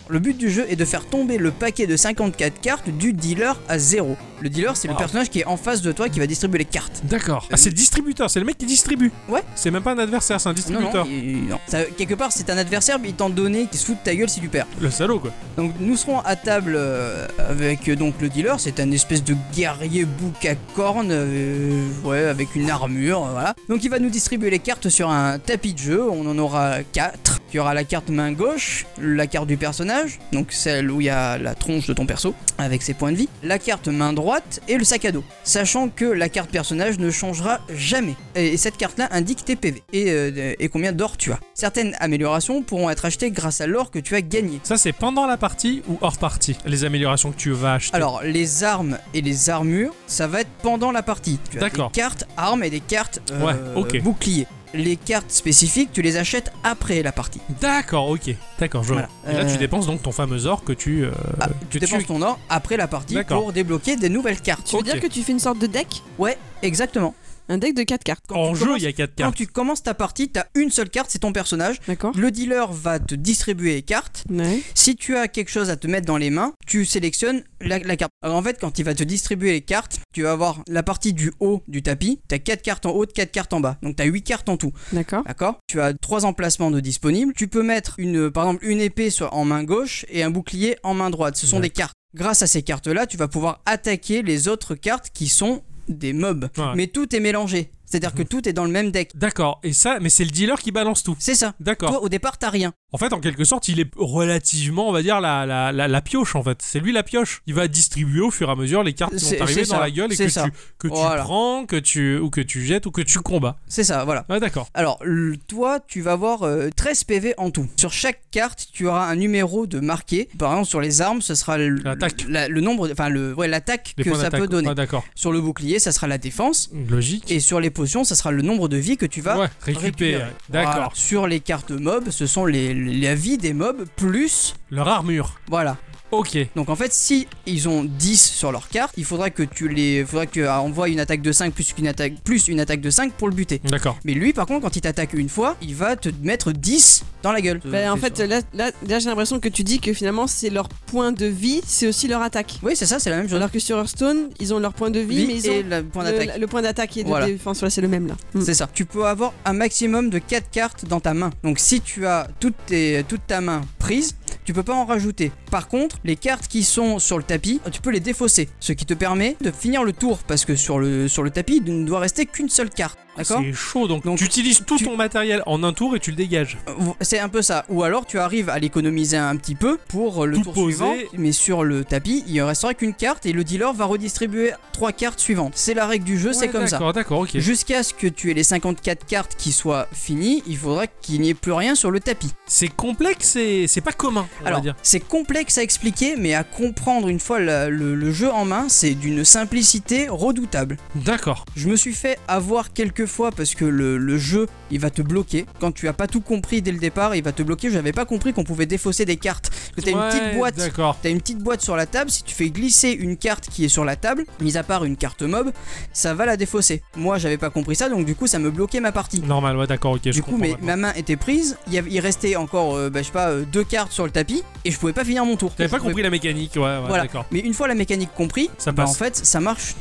Speaker 4: Le but du jeu est de faire tomber le paquet de 54 cartes du dealer à zéro. Le dealer, c'est le
Speaker 1: Wow.
Speaker 4: personnage qui est en face de toi qui va distribuer les cartes.
Speaker 1: D'accord. Ah, c'est le distributeur, c'est le mec qui distribue.
Speaker 4: Ouais.
Speaker 1: C'est même pas un adversaire, c'est un
Speaker 4: Non, non,
Speaker 1: distributeur.
Speaker 4: il- non. Ça- quelque part, c'est un adversaire, mais il t'en donnait qui se fout de ta gueule si tu perds.
Speaker 1: Le salaud, quoi.
Speaker 4: Donc, nous serons à table euh, avec euh, donc le dealer. C'est un espèce de guerrier bouc à cornes, euh, ouais, avec une armure, euh, voilà. Donc, il va nous distribuer les cartes sur un tapis de jeu. On en aura 4. Il y aura la carte main gauche, la carte du personnage, donc celle où il y a la tronche de ton perso avec ses points de vie, la carte main droite et le sac à dos, sachant que la carte personnage ne changera jamais. Et cette carte-là indique tes PV et, euh, et combien d'or tu as. Certaines améliorations pourront être achetées grâce à l'or que tu as gagné.
Speaker 1: Ça, c'est pendant la partie ou hors partie Les améliorations que tu vas acheter.
Speaker 4: Alors, les armes et les armures, ça va être pendant la partie. Tu as
Speaker 1: D'accord.
Speaker 4: Des cartes armes et des cartes euh,
Speaker 1: Ouais, ok.
Speaker 4: boucliers. Les cartes spécifiques, tu les achètes après la partie.
Speaker 1: D'accord, ok. D'accord, je vois.
Speaker 4: Voilà.
Speaker 1: Et là, tu
Speaker 4: Euh,
Speaker 1: dépenses donc ton fameux or que tu. euh,
Speaker 4: Ah,
Speaker 1: que
Speaker 4: tu dépenses ton or après la partie
Speaker 1: D'accord.
Speaker 4: pour débloquer des nouvelles cartes.
Speaker 2: Tu veux
Speaker 1: Ok.
Speaker 2: dire que tu fais une sorte de deck
Speaker 4: Ouais, exactement.
Speaker 2: Un deck de 4 cartes.
Speaker 4: Quand
Speaker 1: En
Speaker 4: tu
Speaker 1: jeu,
Speaker 4: commences-
Speaker 1: il y a 4
Speaker 4: Quand
Speaker 1: cartes.
Speaker 4: tu commences ta partie, t'as une seule carte, c'est ton personnage.
Speaker 2: D'accord
Speaker 4: Le dealer va te distribuer les cartes.
Speaker 2: Ouais.
Speaker 4: Si tu as quelque chose à te mettre dans les mains, tu sélectionnes la, la carte. Alors en fait, quand il va te distribuer les cartes, tu vas avoir la partie du haut du tapis. T'as 4 cartes en haut, 4 cartes en bas. Donc t'as 8 cartes en tout.
Speaker 2: D'accord.
Speaker 4: D'accord Tu as trois emplacements de disponibles. Tu peux mettre une, par exemple une épée sur- en main gauche et un bouclier en main droite. Ce sont
Speaker 1: Ouais.
Speaker 4: des cartes. Grâce à ces cartes-là, tu vas pouvoir attaquer les autres cartes qui sont des mobs.
Speaker 1: Ouais. Mhm.
Speaker 4: Mais tout est mélangé. C'est-à-dire que tout est dans le même deck.
Speaker 1: D'accord, et ça, mais c'est le dealer qui balance tout.
Speaker 4: C'est ça.
Speaker 1: D'accord.
Speaker 4: Toi, au départ, t'as rien.
Speaker 1: En fait, en quelque sorte, il est relativement, on va dire, la, la, la, la pioche, en fait. C'est lui la pioche. Il va distribuer au fur et à mesure les cartes qui sont
Speaker 4: C'est-
Speaker 1: arrivées
Speaker 4: c'est
Speaker 1: dans
Speaker 4: ça,
Speaker 1: la gueule et que,
Speaker 4: c'est
Speaker 1: tu,
Speaker 4: ça.
Speaker 1: que tu
Speaker 4: Voilà.
Speaker 1: prends, que tu, ou que tu jettes, ou que tu combats.
Speaker 4: C'est ça, voilà.
Speaker 1: Ah, d'accord.
Speaker 4: Alors, le- toi, tu vas avoir euh, 13 PV en tout. Sur chaque carte, tu auras un numéro de marqué. Par exemple, sur les armes, ce sera le,
Speaker 1: L'attaque.
Speaker 4: la- le nombre, enfin, le, ouais, l'attaque
Speaker 1: Les
Speaker 4: que
Speaker 1: points
Speaker 4: ça
Speaker 1: d'attaque.
Speaker 4: peut donner.
Speaker 1: Ah, d'accord.
Speaker 4: Sur le bouclier, ça sera la défense.
Speaker 1: Logique.
Speaker 4: Et sur les potions, ça sera le nombre de vies que tu vas
Speaker 1: ouais, récupérer.
Speaker 4: récupérer.
Speaker 1: D'accord.
Speaker 4: Voilà. Sur les cartes mobs, ce sont les, la vie des mobs plus.
Speaker 1: Leur armure.
Speaker 4: Voilà.
Speaker 1: Ok.
Speaker 4: Donc en fait, si ils ont 10 sur leur carte, il faudra que tu les faudra que tu envoies une attaque de 5 plus une attaque plus une attaque de 5 pour le buter.
Speaker 1: D'accord.
Speaker 4: Mais lui par contre, quand il t'attaque une fois, il va te mettre 10 dans la gueule.
Speaker 2: Bah, en
Speaker 4: Euh, C'est
Speaker 2: fait,
Speaker 4: ça.
Speaker 2: là, là, là, j'ai l'impression que tu dis que finalement, c'est leur point de vie, c'est aussi leur attaque.
Speaker 4: oui, c'est ça, c'est la même chose.
Speaker 2: Alors que sur Hearthstone, ils ont leur point de vie,
Speaker 4: Vie
Speaker 2: mais ils
Speaker 4: et
Speaker 2: ont
Speaker 4: le point
Speaker 2: le,
Speaker 4: d'attaque.
Speaker 2: le point d'attaque et de
Speaker 4: Voilà.
Speaker 2: défense. Voilà, c'est le même là. Mm.
Speaker 4: C'est ça. Tu peux avoir un maximum de 4 cartes dans ta main. Donc si tu as toute, tes- toute ta main prise, tu peux pas en rajouter. Par contre, les cartes qui sont sur le tapis, tu peux les défausser. Ce qui te permet de finir le tour. Parce que sur le, sur le tapis, il ne doit rester qu'une seule carte. D'accord
Speaker 1: C'est chaud, donc,
Speaker 4: Donc,
Speaker 1: tu utilises tout
Speaker 4: tu-
Speaker 1: ton matériel en un tour et tu le dégages.
Speaker 4: C'est un peu ça. Ou alors tu arrives à l'économiser un petit peu pour le
Speaker 1: Tout
Speaker 4: tour
Speaker 1: poser.
Speaker 4: suivant. Mais sur le tapis, il ne restera qu'une carte et le dealer va redistribuer 3 cartes suivantes. C'est la règle du jeu, c'est
Speaker 1: Ouais,
Speaker 4: comme ça.
Speaker 1: D'accord, d'accord, ok.
Speaker 4: Jusqu'à ce que tu aies les 54 cartes qui soient finies, il faudra qu'il n'y ait plus rien sur le tapis.
Speaker 1: C'est complexe et c'est pas commun, on
Speaker 4: Alors,
Speaker 1: va dire.
Speaker 4: c'est complexe à expliquer, mais à comprendre une fois la- le, le jeu en main, c'est d'une simplicité redoutable.
Speaker 1: D'accord.
Speaker 4: Je me suis fait avoir quelques fois parce que le, le jeu, il va te bloquer. Quand tu as pas tout compris dès le départ, il va te bloquer. J'avais pas compris qu'on pouvait défausser des cartes. Parce que t'as
Speaker 1: Ouais,
Speaker 4: une petite boîte.
Speaker 1: D'accord.
Speaker 4: T'as une petite boîte sur la table, si tu fais glisser une carte qui est sur la table, mis à part une carte mob, ça va la défausser. Moi j'avais pas compris ça, donc du coup ça me bloquait ma partie.
Speaker 1: Normal, ouais, d'accord, ok. je
Speaker 4: Du coup,
Speaker 1: comprends
Speaker 4: mais
Speaker 1: maintenant.
Speaker 4: ma main était prise, il, y avait- il restait encore, euh, bah, je sais pas, euh, deux cartes sur le tapis, et je pouvais pas finir mon tour.
Speaker 1: T'avais pas
Speaker 4: Je pouvais-
Speaker 1: compris la mécanique, ouais, ouais,
Speaker 4: Voilà.
Speaker 1: d'accord.
Speaker 4: Mais une fois la mécanique compris,
Speaker 1: Ça
Speaker 4: bah,
Speaker 1: passe.
Speaker 4: en fait, ça marche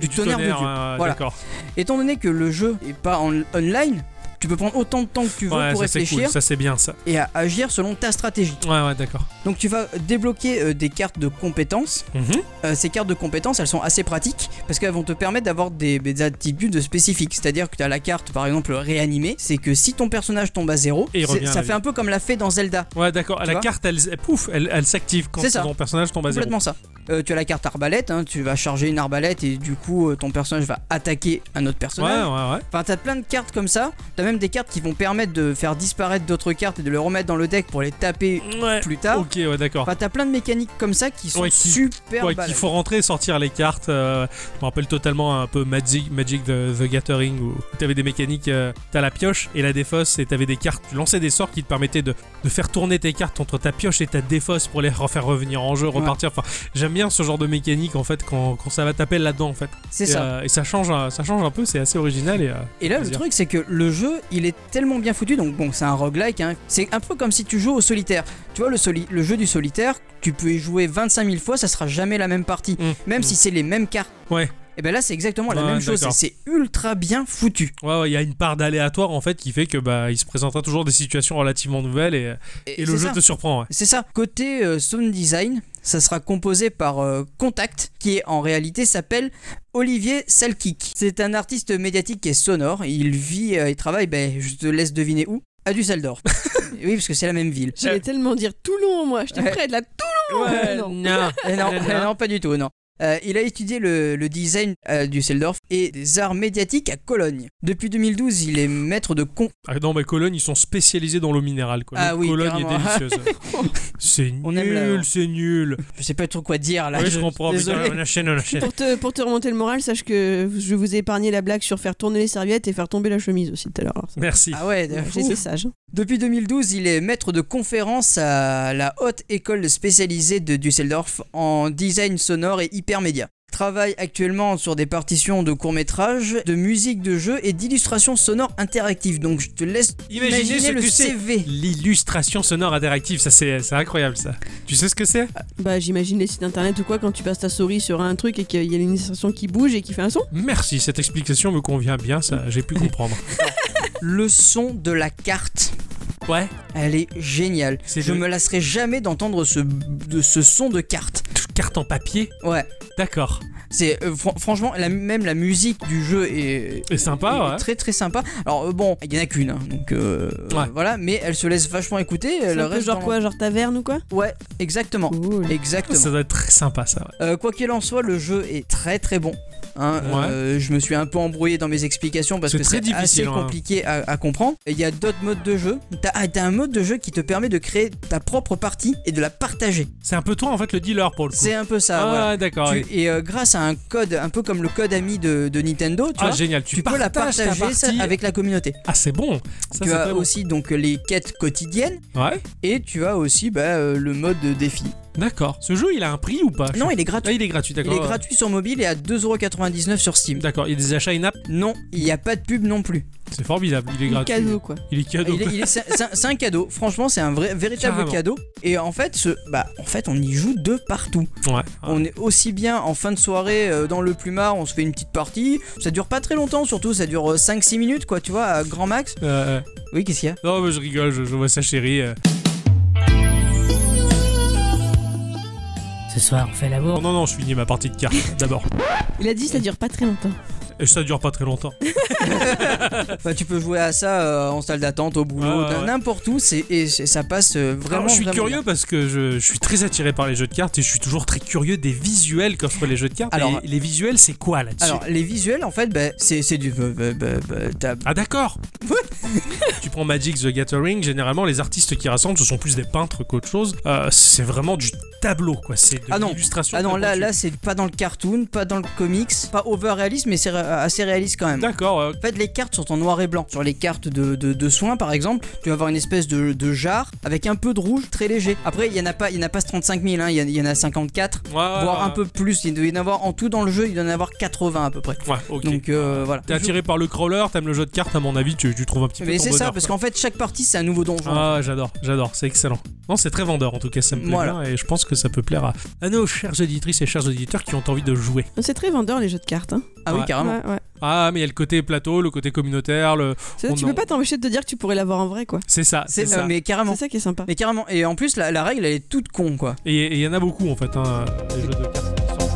Speaker 4: du, tonnerre, de Dieu.
Speaker 1: ouais, ouais,
Speaker 4: Voilà.
Speaker 1: D'accord.
Speaker 4: Étant donné que le jeu est pas en online, tu peux prendre autant de temps que tu veux
Speaker 1: Ouais,
Speaker 4: pour
Speaker 1: ça c'est
Speaker 4: réfléchir
Speaker 1: cool, ça c'est bien ça.
Speaker 4: et à agir selon ta stratégie.
Speaker 1: Ouais, ouais, d'accord.
Speaker 4: Donc tu vas débloquer euh, des cartes de compétences.
Speaker 1: Mhm.
Speaker 4: Euh, ces cartes de compétences, elles sont assez pratiques parce qu'elles vont te permettre d'avoir des, des aptitudes spécifiques. C'est-à-dire que tu as la carte, par exemple, réanimée. C'est que si ton personnage tombe à zéro,
Speaker 1: Et il
Speaker 4: c'est-
Speaker 1: revient à la
Speaker 4: ça fait
Speaker 1: vie.
Speaker 4: un peu comme la fée dans Zelda.
Speaker 1: Ouais, d'accord. La
Speaker 4: vois
Speaker 1: carte, elle, elle- pouf, elle, elle s'active quand
Speaker 4: C'est ça.
Speaker 1: ton personnage tombe à zéro.
Speaker 4: Complètement ça. Euh, tu as la carte arbalète, hein, tu vas charger une arbalète et du coup euh, ton personnage va attaquer un autre
Speaker 1: Ouais,
Speaker 4: personnage.
Speaker 1: ouais, ouais.
Speaker 4: Enfin, t'as plein de cartes comme ça. T'as même des cartes qui vont permettre de faire disparaître d'autres cartes et de les remettre dans le deck pour les taper
Speaker 1: Ouais.
Speaker 4: plus tard.
Speaker 1: Ok, ouais, d'accord.
Speaker 4: Enfin, t'as plein de mécaniques comme ça qui sont
Speaker 1: Oh, Ouais, qui-
Speaker 4: super
Speaker 1: Ouais,
Speaker 4: balèzes.
Speaker 1: il faut rentrer et sortir les cartes. euh, je me rappelle totalement un peu Magic, Magic the, the Gathering où t'avais des mécaniques. euh, t'as la pioche et la défausse et t'avais des cartes. Tu lançais des sorts qui te permettaient de, de faire tourner tes cartes entre ta pioche et ta défausse pour les [LAUGHS] refaire revenir en jeu, repartir. Enfin, j'aime bien ce genre de mécanique en fait quand, quand ça va taper là-dedans en fait.
Speaker 4: C'est
Speaker 1: et,
Speaker 4: ça.
Speaker 1: euh, et ça change, un- ça change un peu. C'est assez original et. euh,
Speaker 4: Et là, le
Speaker 1: Plaisir.
Speaker 4: truc, c'est que le jeu, il est tellement bien foutu. Donc, bon, c'est un roguelike. hein. C'est un peu comme si tu joues au solitaire. Tu vois, le, soli- le jeu du solitaire, tu peux y jouer 25 000 fois, ça sera jamais la même partie.
Speaker 1: mm,
Speaker 4: Même
Speaker 1: mm.
Speaker 4: si c'est les mêmes cartes.
Speaker 1: Ouais.
Speaker 4: Et ben là, c'est exactement la
Speaker 1: Ouais,
Speaker 4: même chose. et
Speaker 1: d'accord.
Speaker 4: C'est ultra bien foutu.
Speaker 1: Ouais, ouais, il y a une part d'aléatoire en fait qui fait que bah il se présentera toujours des situations relativement nouvelles et, et le
Speaker 4: c'est
Speaker 1: jeu
Speaker 4: ça.
Speaker 1: te surprend. Ouais.
Speaker 4: C'est ça. Côté euh, sound design, ça sera composé par euh, Contact, qui est en réalité s'appelle Olivier Salkik. C'est un artiste médiatique et sonore. Il vit euh, et travaille, ben, je te laisse deviner où À Düsseldorf.
Speaker 1: [LAUGHS]
Speaker 4: oui, parce que c'est la même ville.
Speaker 2: J'allais tellement dire Toulon, moi. J'étais
Speaker 4: Ouais.
Speaker 2: près de la Toulon.
Speaker 1: Ouais,
Speaker 2: non.
Speaker 1: non.
Speaker 4: Eh [LAUGHS] non,
Speaker 1: Non,
Speaker 4: eh non, pas du tout, non. Euh, il a étudié le, le design à Düsseldorf et des arts médiatiques à Cologne. Depuis 2012, il est maître de con.
Speaker 1: Ah non, mais Cologne, ils sont spécialisés dans l'eau minérale. Quoi.
Speaker 4: Ah
Speaker 1: Donc,
Speaker 4: oui,
Speaker 1: Cologne est
Speaker 4: carrément.
Speaker 1: délicieuse.
Speaker 4: [LAUGHS]
Speaker 1: c'est nul,
Speaker 4: On aime la-
Speaker 1: c'est nul.
Speaker 4: Je sais pas trop quoi dire là.
Speaker 1: oui, je comprends.
Speaker 4: Désolé.
Speaker 1: putain, on enchaîne, on
Speaker 4: [LAUGHS]
Speaker 1: enchaîne.
Speaker 2: Pour te, pour te remonter le moral, sache que je vous ai épargné la blague sur faire tourner les serviettes et faire tomber la chemise aussi tout à l'heure. Alors, ça-
Speaker 1: Merci.
Speaker 4: Ah ouais,
Speaker 2: J'ai
Speaker 4: ouf.
Speaker 2: été sage.
Speaker 4: Depuis 2012, il est maître de conférences à la haute école spécialisée de Düsseldorf en design sonore et hypermédia. Il Travaille actuellement sur des partitions de courts-métrages, de musique de jeu et d'illustrations sonores interactives. Donc je te laisse
Speaker 1: Imaginez
Speaker 4: imaginer
Speaker 1: ce
Speaker 4: le
Speaker 1: que c'est.
Speaker 4: CV.
Speaker 1: L'illustration sonore interactive, ça c'est c'est incroyable ça. Tu sais ce que c'est
Speaker 2: Bah, j'imagine les sites internet ou quoi quand tu passes ta souris sur un truc et qu'il y a une illustration qui bouge et qui fait un son.
Speaker 1: Merci, cette explication me convient bien, ça j'ai pu
Speaker 4: [LAUGHS]
Speaker 1: comprendre.
Speaker 4: Le son de la carte,
Speaker 1: Ouais,
Speaker 4: elle est géniale.
Speaker 1: C'est
Speaker 4: Je
Speaker 1: le-
Speaker 4: me lasserai jamais d'entendre ce, de ce son de carte.
Speaker 1: carte en papier,
Speaker 4: Ouais,
Speaker 1: d'accord.
Speaker 4: c'est euh, fran- franchement la- même la musique du jeu est,
Speaker 1: Et sympa,
Speaker 4: est
Speaker 1: ouais.
Speaker 4: très très sympa. Alors euh, bon, il y en a qu'une, hein, donc euh,
Speaker 1: Ouais.
Speaker 4: voilà, mais elle se laisse vachement écouter.
Speaker 2: C'est
Speaker 4: elle
Speaker 2: un peu
Speaker 4: reste
Speaker 2: genre
Speaker 4: dans- Oh.
Speaker 2: quoi, genre taverne ou quoi
Speaker 4: Ouais, exactement,
Speaker 2: Cool.
Speaker 1: Ça
Speaker 4: exactement.
Speaker 1: doit être très sympa ça. ouais.
Speaker 4: Euh, quoi qu'il en soit, le jeu est très très bon. hein,
Speaker 1: Ouais.
Speaker 4: euh, je me suis un peu embrouillé dans mes explications parce
Speaker 1: C'est
Speaker 4: que
Speaker 1: très
Speaker 4: c'est assez
Speaker 1: difficile, hein.
Speaker 4: compliqué à, à comprendre. Et Il y a d'autres modes de jeu. T'as ah, t'as un mode de jeu qui te permet de créer ta propre partie et de la partager.
Speaker 1: C'est un peu toi en fait le dealer pour le coup.
Speaker 4: C'est un peu ça.
Speaker 1: Ah,
Speaker 4: voilà.
Speaker 1: d'accord.
Speaker 4: Tu-
Speaker 1: ouais.
Speaker 4: et euh, grâce à un code, un peu comme le code ami de, de Nintendo, tu
Speaker 1: Ah
Speaker 4: vois,
Speaker 1: génial, tu,
Speaker 4: tu peux la
Speaker 1: partages ta
Speaker 4: partager ça
Speaker 1: partie.
Speaker 4: avec la communauté.
Speaker 1: Ah c'est bon. Ça,
Speaker 4: tu
Speaker 1: c'est
Speaker 4: as
Speaker 1: très bon.
Speaker 4: aussi donc les quêtes quotidiennes
Speaker 1: Ouais,
Speaker 4: et tu as aussi bah, euh, le mode de défi.
Speaker 1: Ah, d'accord. Ce jeu, il a un prix ou pas
Speaker 4: Non, il est gratuit.
Speaker 1: Ah, il est gratuit,
Speaker 4: Il
Speaker 1: d'accord.
Speaker 4: est
Speaker 1: ouais.
Speaker 4: gratuit sur mobile et à 2,99€ sur Steam.
Speaker 1: D'accord, il y a des achats in-app,
Speaker 4: Non, il n'y a pas de pub non plus.
Speaker 1: c'est formidable, il est
Speaker 2: Un
Speaker 1: gratuit.
Speaker 2: cadeau quoi.
Speaker 1: Il est cadeau.
Speaker 4: Il est- il est- c'est un- c'est un cadeau. Franchement, c'est un vrai, véritable
Speaker 1: Ah, Carrément.
Speaker 4: cadeau. Et en fait, ce, bah, en fait, on y joue de partout.
Speaker 1: Ouais, ouais.
Speaker 4: On est aussi bien en fin de soirée euh, dans le plumard, on se fait une petite partie. Ça dure pas très longtemps, surtout. Ça dure euh, 5-6 minutes, quoi, tu vois, à grand max.
Speaker 1: Euh, euh,
Speaker 4: Oui, qu'est-ce qu'il y a
Speaker 1: non, mais je rigole, je, je vois ça, chérie. euh.
Speaker 7: Ce soir, on fait
Speaker 1: Non,
Speaker 7: l'amour.
Speaker 1: non, non, je finis ma partie de cartes
Speaker 4: [LAUGHS]
Speaker 1: d'abord.
Speaker 2: Il a dit ça dure pas très longtemps.
Speaker 1: Et ça dure pas très longtemps.
Speaker 4: Bah, tu peux jouer à ça euh, en salle d'attente, au boulot,
Speaker 1: Ouais, ouais, ouais.
Speaker 4: n'importe où, c'est, et c'est- ça passe euh, vraiment.
Speaker 1: Alors, je suis
Speaker 4: vraiment
Speaker 1: curieux
Speaker 4: bien.
Speaker 1: parce que je, je suis très attiré par les jeux de cartes et je suis toujours très curieux des visuels qu'offrent les jeux de cartes.
Speaker 4: Alors-
Speaker 1: Et les visuels, c'est quoi là-dessus
Speaker 4: Alors, les visuels, en fait, bah, c'est, c'est du. bah, bah, bah, bah, t'as-
Speaker 1: Ah, d'accord Tu prends Magic the Gathering, généralement, les artistes qui rassemblent, ce sont plus des peintres qu'autre chose. Euh, c'est vraiment du tableau, quoi. C'est de
Speaker 4: Ah non.
Speaker 1: l'illustration.
Speaker 4: Ah non, là,
Speaker 1: peinture.
Speaker 4: là, c'est pas dans le cartoon, pas dans le comics, pas over réaliste, mais c'est ré- assez réaliste quand même.
Speaker 1: D'accord, euh,
Speaker 4: En fait, les cartes sont en noir et blanc. Sur les cartes de, de- de soins, par exemple, tu vas avoir une espèce de, de jarre avec un peu de rouge très léger. Après, il y en a pas, il y en a pas 35 000, hein, il y en- il y en a 54,
Speaker 1: ouais,
Speaker 4: voire un peu plus. Il doit y en avoir en tout dans le jeu, il doit y en avoir 80 à peu près.
Speaker 1: Ouais, ok.
Speaker 4: Donc euh, voilà.
Speaker 1: T'es attiré par le crawler, t'aimes le jeu de cartes, à mon avis, tu, tu trouves un petit peu
Speaker 4: Mais
Speaker 1: ton
Speaker 4: c'est ça,
Speaker 1: bonheur,
Speaker 4: parce
Speaker 1: quoi.
Speaker 4: qu'en fait, chaque partie, c'est un nouveau donjon.
Speaker 1: Ah, j'adore, j'adore, c'est excellent. Non, c'est très vendeur en tout cas, ça me plaît
Speaker 4: Voilà.
Speaker 1: bien et je pense que ça peut plaire à, à nos chères auditrices et chers auditeurs qui ont envie de jouer.
Speaker 2: C'est très vendeur les jeux de cartes. Hein.
Speaker 4: Ah
Speaker 1: Ouais.
Speaker 4: oui, carrément.
Speaker 2: Ouais, ouais.
Speaker 1: Ah, mais il y a le côté plateau, le côté communautaire, le...
Speaker 2: C'est-
Speaker 1: On
Speaker 2: tu
Speaker 1: en-
Speaker 2: peux pas t'empêcher de te dire que tu pourrais l'avoir en vrai quoi.
Speaker 1: c'est ça, c'est
Speaker 4: C'est
Speaker 1: ça.
Speaker 4: mais carrément.
Speaker 2: C'est ça qui est sympa.
Speaker 4: Mais carrément. Et en plus, la, la règle, elle est toute con, quoi.
Speaker 1: Et et il y en a beaucoup en fait, hein, les jeux de cartes. qui sortent.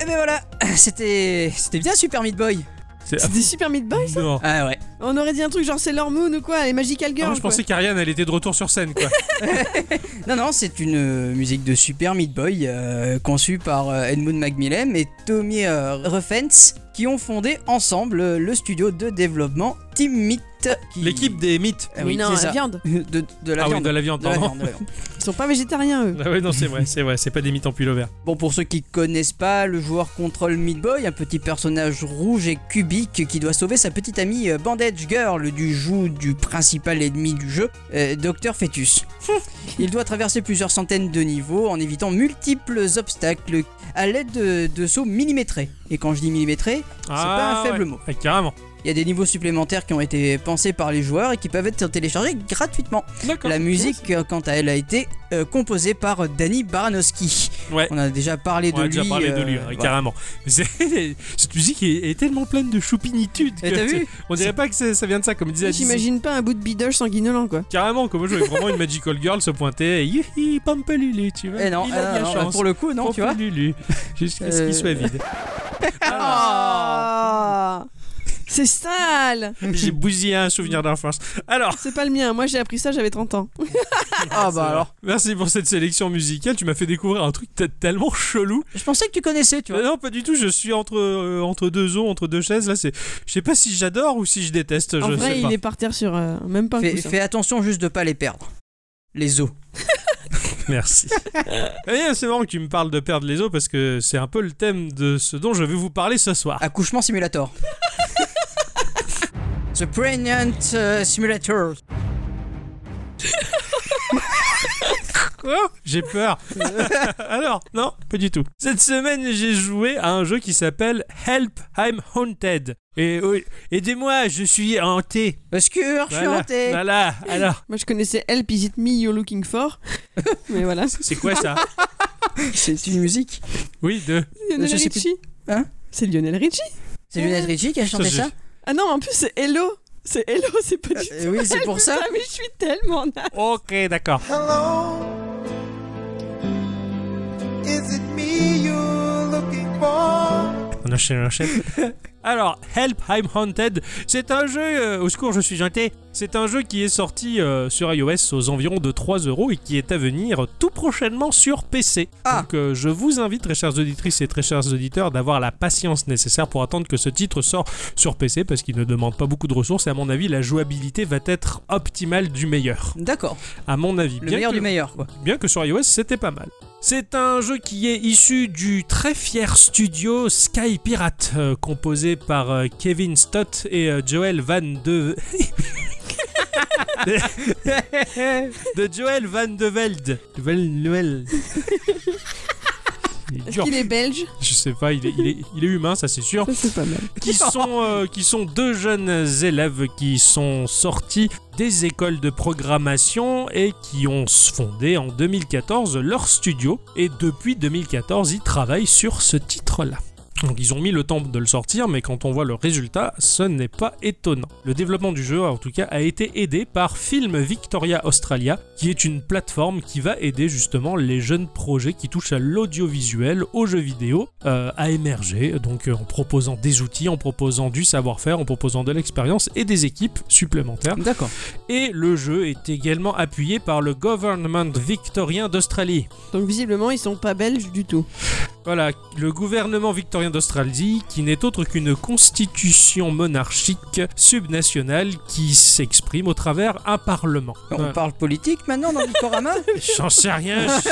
Speaker 2: Eh ben
Speaker 4: [LAUGHS] C'était c'était bien Super Meat Boy.
Speaker 1: C'est-
Speaker 2: C'était Super Meat Boy
Speaker 1: Non.
Speaker 4: Ah ouais.
Speaker 2: On aurait dit un truc genre Sailor Moon ou quoi, les Magical
Speaker 1: Ah,
Speaker 2: Girls.
Speaker 1: moi, je pensais qu'Ariane, elle était de retour sur scène,
Speaker 4: [LAUGHS]
Speaker 1: quoi.
Speaker 4: Non non, c'est une euh, musique de Super Meat Boy euh, conçue par euh, Edmund McMillan et Tommy euh, Ruffens qui ont fondé ensemble euh, le studio de développement Team Meat. qui-
Speaker 1: L'équipe des mythes.
Speaker 4: Ah
Speaker 2: oui,
Speaker 4: oui,
Speaker 2: non,
Speaker 4: c'est
Speaker 2: la
Speaker 4: ça.
Speaker 2: viande.
Speaker 4: [LAUGHS] De, de la
Speaker 1: ah
Speaker 4: viande.
Speaker 1: oui, de la viande,
Speaker 4: De la
Speaker 1: pardon.
Speaker 4: viande, de la viande.
Speaker 2: Ils sont pas végétariens eux.
Speaker 1: Ah oui, non, c'est vrai, c'est vrai, c'est pas des mythes en pullover.
Speaker 4: Bon, pour ceux qui connaissent pas, le joueur contrôle Meat Boy, un petit personnage rouge et cubique qui doit sauver sa petite amie euh, Bandage Girl du joug du principal ennemi du jeu, euh, Docteur
Speaker 1: [LAUGHS]
Speaker 4: Fetus. Il doit traverser plusieurs centaines de niveaux en évitant multiples obstacles à l'aide de, de sauts millimétrés. Et quand je dis millimétrés, pas un faible
Speaker 1: ouais.
Speaker 4: mot.
Speaker 1: Ah, carrément.
Speaker 4: il y a des niveaux supplémentaires qui ont été pensés par les joueurs et qui peuvent être téléchargés gratuitement.
Speaker 1: D'accord.
Speaker 4: La musique, euh, quant à elle, a été euh, composée par Danny Baranowski.
Speaker 1: Ouais.
Speaker 4: On a déjà parlé
Speaker 1: On
Speaker 4: de
Speaker 1: a
Speaker 4: lui.
Speaker 1: déjà parlé de
Speaker 4: euh,
Speaker 1: lui, hein,
Speaker 4: voilà.
Speaker 1: carrément. Mais c'est- [LAUGHS] cette musique est, est tellement pleine de choupinitude.
Speaker 4: Eh,
Speaker 1: que
Speaker 4: t'as vu
Speaker 1: [LAUGHS] c'est- On dirait pas que c'est- ça vient de ça, comme disait Alice.
Speaker 2: J'imagine pas un bout de bidoche sanguinolent quoi.
Speaker 1: Carrément, comme je voulais vraiment une Magical Girl se pointer et yuhi, Pampelulu, tu vois.
Speaker 4: Eh non,
Speaker 1: il
Speaker 4: eh
Speaker 1: a bien
Speaker 4: non,
Speaker 1: chance.
Speaker 4: pour le coup, non, tu vois.
Speaker 1: Pampelulu, jusqu'à ce
Speaker 4: Euh.
Speaker 1: qu'il soit
Speaker 4: [LAUGHS]
Speaker 1: vide.
Speaker 2: Ah. C'est sale
Speaker 1: J'ai bousillé un souvenir d'enfance. Alors,
Speaker 2: C'est pas le mien, moi j'ai appris ça, j'avais 30 ans.
Speaker 4: Ah bah alors.
Speaker 1: merci pour cette sélection musicale. Tu m'as fait découvrir un truc t- tellement chelou.
Speaker 4: Je pensais que tu connaissais, tu
Speaker 1: Mais
Speaker 4: vois.
Speaker 1: non, pas du tout. Je suis entre, euh, entre deux os, entre deux chaises. Là, c'est, je sais pas si j'adore ou si je déteste.
Speaker 2: En
Speaker 1: je
Speaker 2: vrai,
Speaker 1: sais
Speaker 2: il
Speaker 1: pas.
Speaker 2: est par terre sur euh, même pas un
Speaker 4: Fais,
Speaker 2: coussin.
Speaker 4: fais attention juste de pas les perdre. Les os.
Speaker 1: Merci. Eh bien, c'est marrant que tu me parles de perdre les os parce que c'est un peu le thème de ce dont je vais vous parler ce soir.
Speaker 4: Accouchement simulator. [LAUGHS] The Pregnant euh, Simulator.
Speaker 1: Quoi Oh, J'ai peur. Alors, non, pas du tout. Cette semaine, j'ai joué à un jeu qui s'appelle Help, I'm Haunted. Et oui, aidez-moi, je suis hanté.
Speaker 4: Obscur, je suis
Speaker 1: Voilà,
Speaker 4: hanté.
Speaker 1: Voilà, alors.
Speaker 2: Moi je connaissais Help Is It Me You're Looking
Speaker 4: [LAUGHS]
Speaker 2: For. Mais voilà.
Speaker 1: C'est quoi ça
Speaker 4: C'est une musique.
Speaker 1: Oui, de.
Speaker 2: C'est Lionel
Speaker 4: Je sais plus.
Speaker 2: Richie.
Speaker 4: Hein
Speaker 2: C'est Lionel Richie
Speaker 4: C'est Lionel Richie qui a chanté
Speaker 1: Mmh. Ça,
Speaker 4: ça
Speaker 2: Ah non, en plus c'est Hello. C'est Hello, c'est pas du
Speaker 4: Euh, Oui, c'est pour ça.
Speaker 2: Putain, mais je suis tellement naze.
Speaker 1: Ok, d'accord.
Speaker 3: Hello. Is it me you're looking for?
Speaker 1: On enchaîne, on
Speaker 4: [LAUGHS]
Speaker 1: enchaîne. Alors, Help, I'm Haunted, c'est un jeu, euh, au secours, je suis jeté, c'est un jeu qui est sorti euh, sur iOS aux environs de 3 euros et qui est à venir tout prochainement sur PC.
Speaker 4: Ah.
Speaker 1: Donc, euh, je vous invite, très chères auditrices et très chers auditeurs, d'avoir la patience nécessaire pour attendre que ce titre sorte sur PC parce qu'il ne demande pas beaucoup de ressources et à mon avis, la jouabilité va être optimale du meilleur.
Speaker 4: D'accord.
Speaker 1: À mon avis.
Speaker 4: Le
Speaker 1: Bien
Speaker 4: meilleur
Speaker 1: que-
Speaker 4: du meilleur, quoi.
Speaker 1: bien que sur iOS c'était pas mal. C'est un jeu qui est issu du très fier studio Sky Pirate, euh, composé par euh, Kevin Stott et euh, Joel Van de... [LAUGHS] de Joel Van de Velde. Vel- Vel- Il est
Speaker 2: Est-ce
Speaker 1: dur.
Speaker 2: qu'il est belge
Speaker 1: Je sais pas, il est, il est- il est humain, ça c'est sûr
Speaker 4: Oh.
Speaker 2: Ça c'est pas mal.
Speaker 1: qui sont, euh, qui sont deux jeunes élèves qui sont sortis des écoles de programmation et qui ont s- fondé en 2014 leur studio. Et depuis 2014, ils travaillent sur ce titre-là. Donc ils ont mis le temps de le sortir, mais quand on voit le résultat, ce n'est pas étonnant. Le développement du jeu, en tout cas, a été aidé par Film Victoria Australia, qui est une plateforme qui va aider justement les jeunes projets qui touchent à l'audiovisuel, aux jeux vidéo, euh, à émerger, donc euh, en proposant des outils, en proposant du savoir-faire, en proposant de l'expérience et des équipes supplémentaires.
Speaker 4: D'accord.
Speaker 1: Et le jeu est également appuyé par le gouvernement victorien d'Australie.
Speaker 2: Donc visiblement ils sont pas belges du tout.
Speaker 1: Voilà, le gouvernement victorien d'Australie, qui n'est autre qu'une constitution monarchique subnationale qui s'exprime au travers un parlement.
Speaker 4: On
Speaker 1: Voilà.
Speaker 4: parle politique maintenant dans
Speaker 1: [LAUGHS]
Speaker 4: Vicorama
Speaker 1: J'en sais rien.
Speaker 4: [LAUGHS]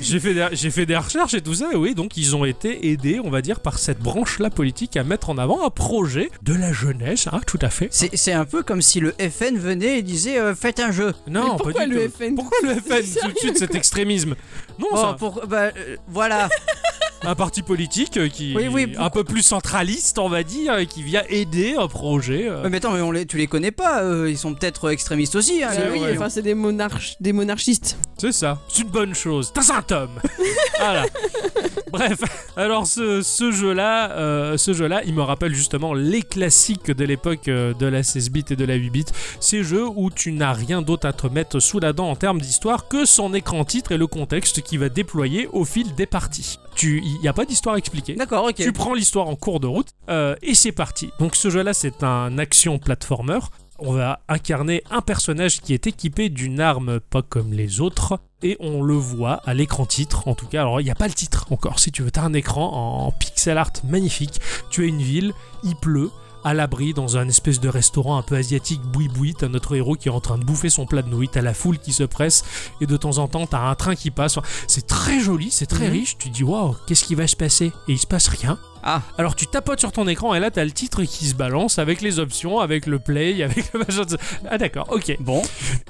Speaker 1: je- J'ai fait, des- j'ai fait des recherches et tout ça. Et oui, donc ils ont été aidés, on va dire, par cette branche-là politique à mettre en avant un projet de la jeunesse. Ah, tout à fait.
Speaker 4: C'est c'est un peu comme si le FN venait et disait euh, faites un jeu.
Speaker 1: Non,
Speaker 2: Mais pourquoi
Speaker 1: pas du
Speaker 2: le
Speaker 1: tout.
Speaker 2: FN?
Speaker 1: Pourquoi le FN
Speaker 4: [LAUGHS]
Speaker 1: tout de suite
Speaker 2: Sérieux,
Speaker 1: cet extrémisme Non,
Speaker 4: Oh,
Speaker 1: c'est
Speaker 4: pour- bah, euh, voilà.
Speaker 1: un, un parti politique euh, qui
Speaker 4: Oui, oui,
Speaker 1: est un peu plus centraliste, on va dire, et qui vient aider un projet. euh.
Speaker 4: Ouais, mais attends, mais on les, tu les connais pas, eux, ils sont peut-être extrémistes aussi. hein,
Speaker 1: C'est
Speaker 4: les-
Speaker 1: vrai.
Speaker 2: Ah oui, enfin c'est des monarches, des monarchistes.
Speaker 1: C'est ça, c'est une bonne chose. T'as un tome. voilà. Bref, alors ce, ce jeu-là, euh, ce jeu-là, il me rappelle justement les classiques de l'époque euh, de la 16-bit et de la 8-bit. Ces jeux où tu n'as rien d'autre à te mettre sous la dent en termes d'histoire que son écran titre et le contexte qui va déployer au fil des parties. Tu, il n'y a pas d'histoire expliquée.
Speaker 4: D'accord, ok.
Speaker 1: Tu prends l'histoire en cours de route euh, et c'est parti. Donc ce jeu-là, c'est un action platformer. On va incarner un personnage qui est équipé d'une arme pas comme les autres et on le voit à l'écran titre en tout cas. Alors il n'y a pas le titre encore si tu veux. T'as un écran en pixel art magnifique. Tu as une ville, il pleut. À l'abri, dans un espèce de restaurant un peu asiatique, boui-boui, t'as notre héros qui est en train de bouffer son plat de nouilles, t'as la foule qui se presse, et de temps en temps, t'as un train qui passe. Enfin, C'est très joli, c'est très
Speaker 4: Mhm.
Speaker 1: riche. Tu te dis, waouh, qu'est-ce qui va se passer Et il se passe rien.
Speaker 4: Ah,
Speaker 1: Alors tu tapotes sur ton écran et là t'as le titre qui se balance avec les options, avec le play, [LAUGHS] avec le machin. de- Ah d'accord, ok.
Speaker 4: bon.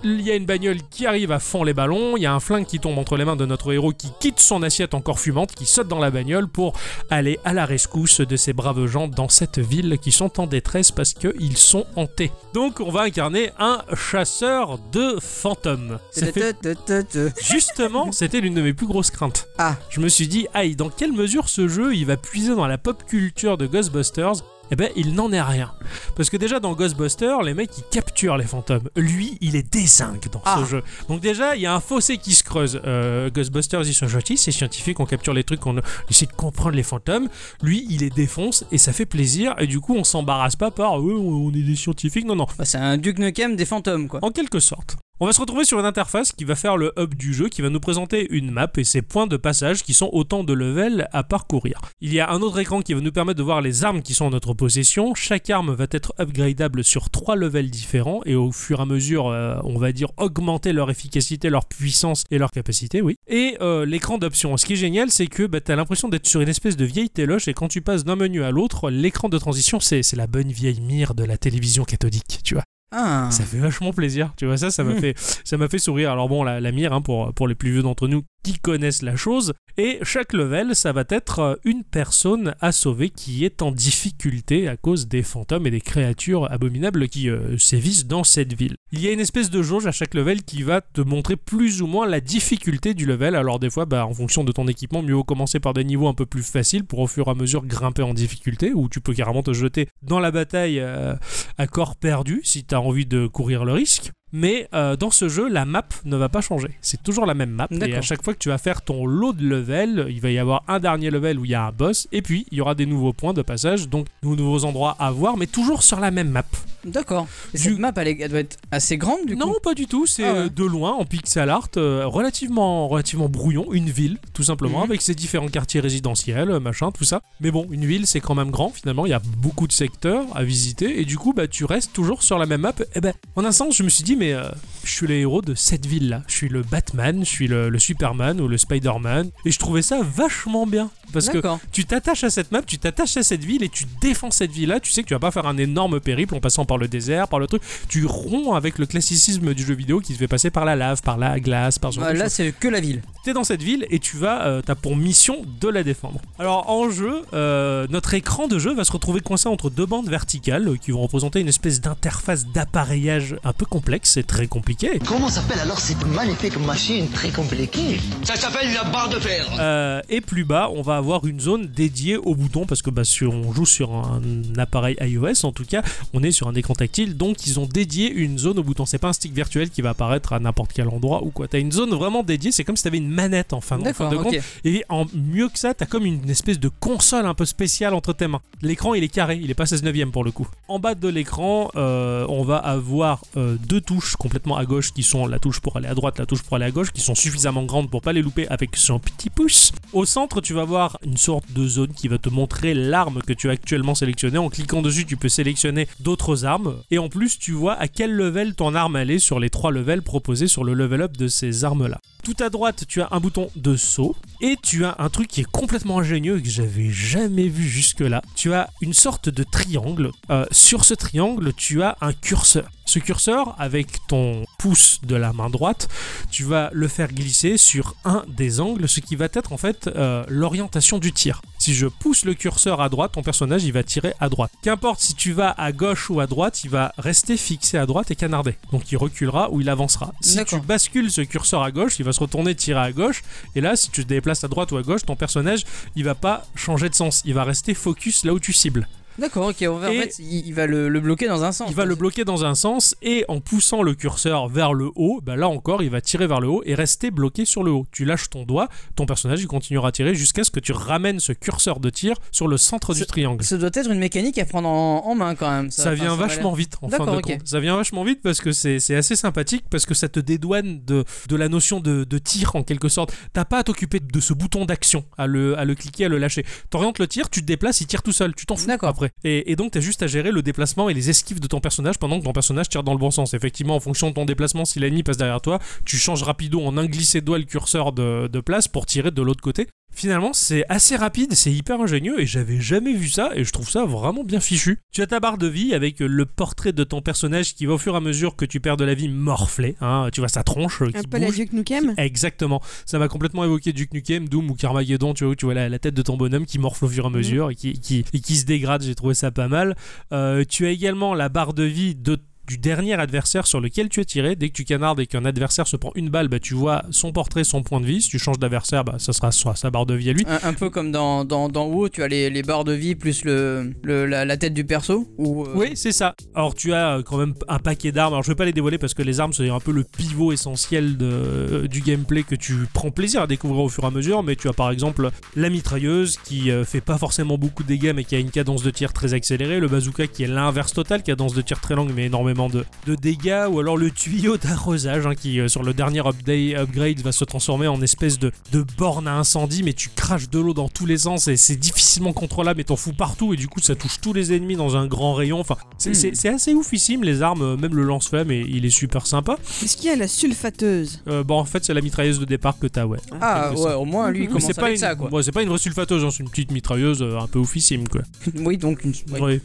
Speaker 1: Il y a une bagnole qui arrive à fond les ballons, il y a un flingue qui tombe entre les mains de notre héros qui quitte son assiette encore fumante, qui saute dans la bagnole pour aller à la rescousse de ces braves gens dans cette ville qui sont en détresse parce qu'ils sont hantés. Donc on va incarner un chasseur de fantômes. Ça fait
Speaker 4: Ta-ta-ta-ta-ta.
Speaker 1: Justement, c'était l'une de mes plus grosses craintes.
Speaker 4: Ah.
Speaker 1: Je me suis dit, aïe, dans quelle mesure ce jeu il va puiser dans la pop culture de Ghostbusters Eh ben, il n'en est rien. Parce que déjà dans Ghostbusters, les mecs ils capturent les fantômes. Lui, il est désingue dans
Speaker 4: Ah.
Speaker 1: ce jeu. Donc déjà, il y a un fossé qui se creuse. Euh, Ghostbusters, ils sont gentils, c'est scientifique, on capture les trucs, on essaie de comprendre les fantômes. Lui, il les défonce et ça fait plaisir. Et du coup, on s'embarrasse pas par, ouais, on est des scientifiques. Non, non,
Speaker 4: Bah, c'est un Duke Nukem des fantômes, quoi.
Speaker 1: en quelque sorte. On va se retrouver sur une interface qui va faire le hub du jeu, qui va nous présenter une map et ses points de passage qui sont autant de levels à parcourir. Il y a un autre écran qui va nous permettre de voir les armes qui sont en notre possession. Chaque arme va être upgradable sur trois levels différents et au fur et à mesure, euh, on va dire augmenter leur efficacité, leur puissance et leur capacité, oui. Et euh, l'écran d'options. Ce qui est génial, c'est que bah, t'as l'impression d'être sur une espèce de vieille téloche et quand tu passes d'un menu à l'autre, l'écran de transition, c'est c'est la bonne vieille mire de la télévision cathodique, tu vois.
Speaker 4: Ah.
Speaker 1: Ça fait vachement plaisir, tu vois ça, ça m'a
Speaker 4: Mm.
Speaker 1: fait, ça m'a fait sourire. Alors bon, la, la mire hein, pour pour les plus vieux d'entre nous qui connaissent la chose. Et chaque level, ça va être euh, une personne à sauver qui est en difficulté à cause des fantômes et des créatures abominables qui euh, sévissent dans cette ville. Il y a une espèce de jauge à chaque level qui va te montrer plus ou moins la difficulté du level. Alors des fois, bah, en fonction de ton équipement, mieux vaut commencer par des niveaux un peu plus faciles pour au fur et à mesure grimper en difficulté, ou tu peux carrément te jeter dans la bataille euh, à corps perdu si tu as envie de courir le risque. Mais euh, dans ce jeu, la map ne va pas changer. C'est toujours la même map. Et
Speaker 4: D'accord.
Speaker 1: à chaque fois que tu vas faire ton lot de level, il va y avoir un dernier level où il y a un boss. Et puis, il y aura des nouveaux points de passage, donc de nouveaux endroits à voir, mais toujours sur la même map.
Speaker 4: D'accord. Et
Speaker 1: Du-
Speaker 4: Cette map, elle, est- elle doit être assez grande, du
Speaker 1: non,
Speaker 4: coup.
Speaker 1: pas du tout. C'est
Speaker 4: Ah ouais.
Speaker 1: euh, de loin, en pixel art, euh, relativement, relativement brouillon. Une ville, tout simplement,
Speaker 4: Mhm.
Speaker 1: avec ses différents quartiers résidentiels, euh, machin, tout ça. Mais bon, une ville, c'est quand même grand, finalement. Il y a beaucoup de secteurs à visiter. Et du coup, bah, tu restes toujours sur la même map. Et ben, en un sens, je me suis dit, mais euh, je suis le héros de cette ville-là. Je suis le Batman, je suis le, le Superman ou le Spider-Man. Et je trouvais ça vachement bien. Parce que
Speaker 4: D'accord.
Speaker 1: tu t'attaches à cette map, tu t'attaches à cette ville et tu défends cette ville-là. Tu sais que tu vas pas faire un énorme périple en passant par le désert, par le truc. Tu romps avec le classicisme du jeu vidéo qui se fait passer par la lave, par la glace, par ce genre
Speaker 4: Bah,
Speaker 1: de
Speaker 4: là,
Speaker 1: choses.
Speaker 4: c'est que la ville.
Speaker 1: T'es dans cette ville et tu vas, euh, t'as pour mission de la défendre. Alors en jeu, euh, notre écran de jeu va se retrouver coincé entre deux bandes verticales euh, qui vont représenter une espèce d'interface d'appareillage un peu complexe et très compliqué.
Speaker 6: Comment s'appelle alors cette magnifique machine très compliquée
Speaker 8: Ça s'appelle la barre de fer.
Speaker 1: Euh, et plus bas, on va avoir une zone dédiée au bouton parce que bah, si on joue sur un appareil iOS, en tout cas, on est sur un écran tactile, donc ils ont dédié une zone au bouton. C'est pas un stick virtuel qui va apparaître à n'importe quel endroit ou quoi. T'as une zone vraiment dédiée. C'est comme si t'avais une manette en fin, en fin
Speaker 4: D'accord,
Speaker 1: Ah de compte.
Speaker 4: ok.
Speaker 1: Et en mieux que ça, t'as comme une espèce de console un peu spéciale entre tes mains. L'écran, il est carré, il est pas 16 neuvième pour le coup. En bas de l'écran, euh, on va avoir euh, deux touches complètement à gauche qui sont la touche pour aller à droite, la touche pour aller à gauche, qui sont suffisamment grandes pour pas les louper avec son petit pouce. Au centre, tu vas voir une sorte de zone qui va te montrer l'arme que tu as actuellement sélectionnée. En cliquant dessus, tu peux sélectionner d'autres armes. Et en plus, tu vois à quel level ton arme elle est sur les trois levels proposés sur le level up de ces armes-là. Tout à droite, tu as un bouton de saut et tu as un truc qui est complètement ingénieux et que j'avais jamais vu jusque-là. Tu as une sorte de triangle. Euh, sur ce triangle, tu as un curseur. Ce curseur, avec ton pouce de la main droite, tu vas le faire glisser sur un des angles, ce qui va être en fait euh, l'orientation du tir. Si je pousse le curseur à droite, ton personnage il va tirer à droite. Qu'importe si tu vas à gauche ou à droite, il va rester fixé à droite et canardé. Donc il reculera ou il avancera. Si tu
Speaker 4: D'accord.
Speaker 1: bascules ce curseur à gauche, il va se retourner tirer à gauche. Et là, si tu te déplaces à droite ou à gauche, ton personnage il va pas changer de sens. Il va rester focus là où tu cibles.
Speaker 4: D'accord, ok. on va- En
Speaker 1: Et-
Speaker 4: fait, il, il va le, le bloquer dans un sens.
Speaker 1: Il va le bloquer dans un sens et en poussant le curseur vers le haut, bah là encore, il va tirer vers le haut et rester bloqué sur le haut. Tu lâches ton doigt, ton personnage il continuera à tirer jusqu'à ce que tu ramènes ce curseur de tir sur le centre du
Speaker 4: C'est-
Speaker 1: triangle.
Speaker 4: Ça doit être une mécanique à prendre en, en main quand même.
Speaker 1: Ça,
Speaker 4: Enfin,
Speaker 1: vient
Speaker 4: m'a l'air-
Speaker 1: vachement vite en fin de
Speaker 4: D'accord,
Speaker 1: compte.
Speaker 4: ok.
Speaker 1: Ça vient vachement vite parce que c'est c'est assez sympathique parce que ça te dédouane de, de la notion de, de tir en quelque sorte. T'as pas à t'occuper de ce bouton d'action, à le, à le cliquer, à le lâcher. T'orientes le tir, tu te déplaces, il tire tout seul, tu t'en fous
Speaker 4: D'accord.
Speaker 1: après. Et, et donc t'as juste à gérer le déplacement et les esquives de ton personnage pendant que ton personnage tire dans le bon sens. Effectivement, en fonction de ton déplacement, si l'ennemi passe derrière toi, tu changes rapido en un glissé de doigt le curseur de, de place pour tirer de l'autre côté. Finalement, c'est assez rapide, c'est hyper ingénieux et j'avais jamais vu ça et je trouve ça vraiment bien fichu. Tu as ta barre de vie avec le portrait de ton personnage qui va au fur et à mesure que tu perds de la vie morfler. hein. tu vois sa tronche euh,
Speaker 2: Un
Speaker 1: qui
Speaker 2: peu la
Speaker 1: bouge.
Speaker 2: Duke Nukem.
Speaker 1: Exactement. Ça m'a complètement évoqué Duke Nukem, Doom ou Carmageddon, tu vois, où tu vois la, la tête de ton bonhomme qui morfle au fur et à mesure et qui, qui- et qui se dégrade. J'ai trouvé ça pas mal. Euh, tu as également la barre de vie de du dernier adversaire sur lequel tu es tiré. Dès que tu canardes et qu'un adversaire se prend une balle, bah, tu vois son portrait, son point de vie. Si tu changes d'adversaire, bah, ça sera soit sa barre de vie à lui.
Speaker 4: Un, un peu comme dans, dans, dans WoW, tu as les, les barres de vie plus le, le- la, la tête du perso. Ou, euh,
Speaker 1: Oui, c'est ça. Alors tu as euh, quand même un paquet d'armes. Alors je vais pas les dévoiler parce que les armes c'est un peu le pivot essentiel de, euh, du gameplay que tu prends plaisir à découvrir au fur et à mesure. Mais tu as par exemple la mitrailleuse qui euh, fait pas forcément beaucoup de dégâts mais qui a une cadence de tir très accélérée, le bazooka qui est l'inverse total, cadence de tir très longue mais énormément de, de dégâts, ou alors le tuyau d'arrosage hein, qui euh, sur le dernier update, upgrade va se transformer en espèce de, de borne à incendie mais tu craches de l'eau dans tous les sens et c'est difficilement contrôlable et t'en fous partout et du coup ça touche tous les ennemis dans un grand rayon. Enfin c'est
Speaker 4: Hmm.
Speaker 1: c'est- c'est assez oufissime les armes, euh, même le lance-flamme et il est super sympa.
Speaker 2: Est-ce qu'il y a la sulfateuse
Speaker 1: Euh, bon en fait c'est la mitrailleuse de départ que t'as ouais.
Speaker 4: Ah
Speaker 1: quelque
Speaker 4: ouais, au moins lui il
Speaker 1: Mais
Speaker 4: commence
Speaker 1: c'est pas
Speaker 4: avec
Speaker 1: une...
Speaker 4: ça quoi.
Speaker 1: ouais, c'est pas une vraie sulfateuse, hein, c'est une petite mitrailleuse euh, un peu oufissime quoi.
Speaker 4: Oui, donc une.
Speaker 1: [LAUGHS]
Speaker 4: oui.
Speaker 1: Ouais.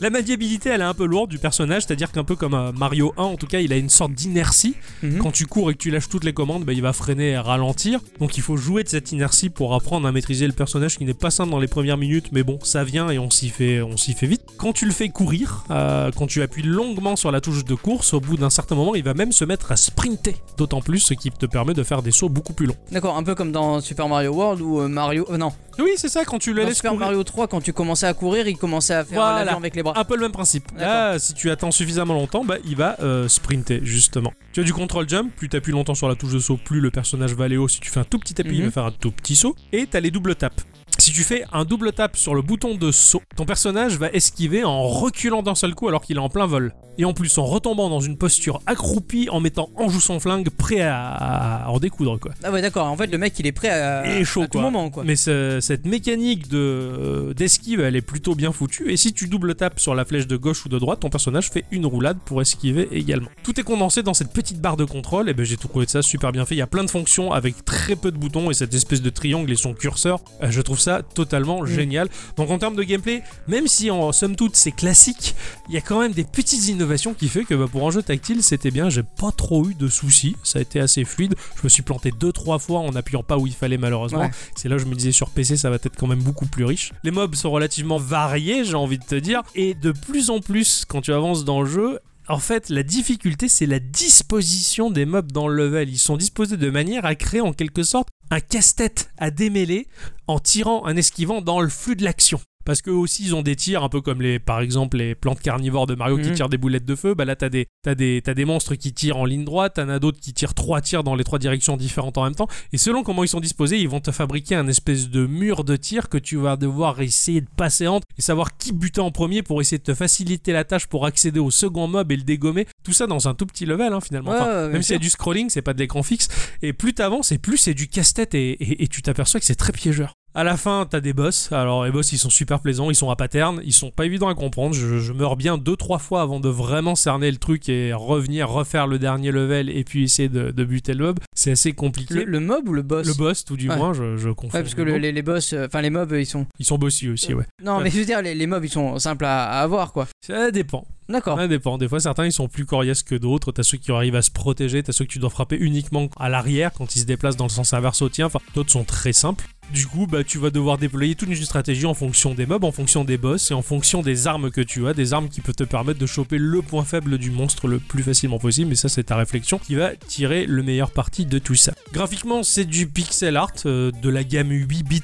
Speaker 1: la maniabilité, elle est un peu lourde du personnage, c'est-à-dire qu'un peu comme euh, Mario 1, en tout cas, il a une sorte d'inertie.
Speaker 4: Mhm.
Speaker 1: Quand tu cours et que tu lâches toutes les commandes, bah, il va freiner et ralentir. Donc il faut jouer de cette inertie pour apprendre à maîtriser le personnage qui n'est pas simple dans les premières minutes, mais bon, ça vient et on s'y fait, on s'y fait vite. Quand tu le fais courir, euh, quand tu appuies longuement sur la touche de course, au bout d'un certain moment, il va même se mettre à sprinter, d'autant plus ce qui te permet de faire des sauts beaucoup plus longs.
Speaker 4: D'accord, un peu comme dans Super Mario World ou euh, Mario. euh, non,
Speaker 1: Oui, c'est ça, quand tu le
Speaker 4: dans
Speaker 1: laisses
Speaker 4: Super
Speaker 1: courir.
Speaker 4: Mario 3, quand tu commençais à courir, il commençait à faire
Speaker 1: Voilà.
Speaker 4: l'avion avec les bras.
Speaker 1: Un peu le même principe. Là, si tu attends suffisamment longtemps, bah, il va euh, sprinter, justement. Tu as du control jump, plus tu appuies longtemps sur la touche de saut, plus le personnage va aller haut. Si tu fais un tout petit appui, il
Speaker 4: Mhm.
Speaker 1: va faire un tout petit saut. Et tu as les doubles tapes. Si tu fais un double tap sur le bouton de saut, ton personnage va esquiver en reculant d'un seul coup alors qu'il est en plein vol. Et en plus, en retombant dans une posture accroupie, en mettant en joue son flingue, prêt à, à en découdre, quoi.
Speaker 4: Ah ouais, d'accord, en fait le mec il est prêt à,
Speaker 1: Il est chaud,
Speaker 4: Euh, à tout
Speaker 1: quoi.
Speaker 4: moment quoi.
Speaker 1: Mais ce- cette mécanique de euh, d'esquive, elle est plutôt bien foutue. Et si tu double tapes sur la flèche de gauche ou de droite, ton personnage fait une roulade pour esquiver également. Tout est condensé dans cette petite barre de contrôle. Et ben j'ai trouvé ça super bien fait. Il y a plein de fonctions avec très peu de boutons et cette espèce de triangle et son curseur. Euh, Je trouve ça totalement
Speaker 4: Mm.
Speaker 1: génial. Donc en termes de gameplay, même si en somme toute c'est classique, il y a quand même des petites innovations qui fait que bah, pour un jeu tactile c'était bien. J'ai pas trop eu de soucis. Ça a été assez fluide. Je me suis planté deux trois fois en appuyant pas où il fallait malheureusement.
Speaker 4: Ouais.
Speaker 1: C'est là où je me disais sur PC ça va être quand même beaucoup plus riche. Les mobs sont relativement variés, j'ai envie de te dire, et de plus en plus quand tu avances dans le jeu. En fait, la difficulté, c'est la disposition des mobs dans le level. Ils sont disposés de manière à créer en quelque sorte un casse-tête à démêler en tirant un esquivant dans le flux de l'action. Parce qu'eux aussi, ils ont des tirs, un peu comme les, par exemple les plantes carnivores de Mario qui
Speaker 4: Mhm.
Speaker 1: tirent des boulettes de feu. Bah là, t'as des, t'as des, t'as des monstres qui tirent en ligne droite, t'en as d'autres qui tirent trois tirs dans les trois directions différentes en même temps. Et selon comment ils sont disposés, ils vont te fabriquer un espèce de mur de tir que tu vas devoir essayer de passer entre et savoir qui buter en premier pour essayer de te faciliter la tâche pour accéder au second mob et le dégommer. Tout ça dans un tout petit level, hein, finalement.
Speaker 4: Ouais,
Speaker 1: Enfin,
Speaker 4: ouais, bien
Speaker 1: même s'il y a du scrolling, c'est pas de l'écran fixe. Et plus t'avances et plus c'est du casse-tête et, et- et tu t'aperçois que c'est très piégeur. À la fin, t'as des boss. Alors, les boss, ils sont super plaisants, ils sont à pattern, ils sont pas évidents à comprendre. Je, je meurs bien deux, trois fois avant de vraiment cerner le truc et revenir, refaire le dernier level et puis essayer de, de buter le mob. C'est assez compliqué.
Speaker 4: Le, le mob ou le boss
Speaker 1: Le boss, tout du
Speaker 4: Ouais.
Speaker 1: moins, je, je confonds.
Speaker 4: Ouais, parce que
Speaker 1: les
Speaker 4: le-
Speaker 1: noms.
Speaker 4: les, les boss, euh, enfin les mobs ils sont.
Speaker 1: Ils sont bossy aussi, ouais.
Speaker 4: Non,
Speaker 1: Ouais.
Speaker 4: mais je veux dire, les, les mobs ils sont simples à, à avoir quoi.
Speaker 1: Ça dépend.
Speaker 4: D'accord.
Speaker 1: Ça dépend. Des fois, certains ils sont plus coriaces que d'autres. T'as ceux qui arrivent à se protéger, t'as ceux que tu dois frapper uniquement à l'arrière quand ils se déplacent dans le sens inverse au tien. Enfin, d'autres sont très simples. Du coup, bah, tu vas devoir déployer toute une stratégie en fonction des mobs, en fonction des boss et en fonction des armes que tu as, des armes qui peuvent te permettre de choper le point faible du monstre le plus facilement possible. Et ça, c'est ta réflexion qui va tirer le meilleur parti de tout ça. Graphiquement, c'est du pixel art, euh, de la gamme 8 bits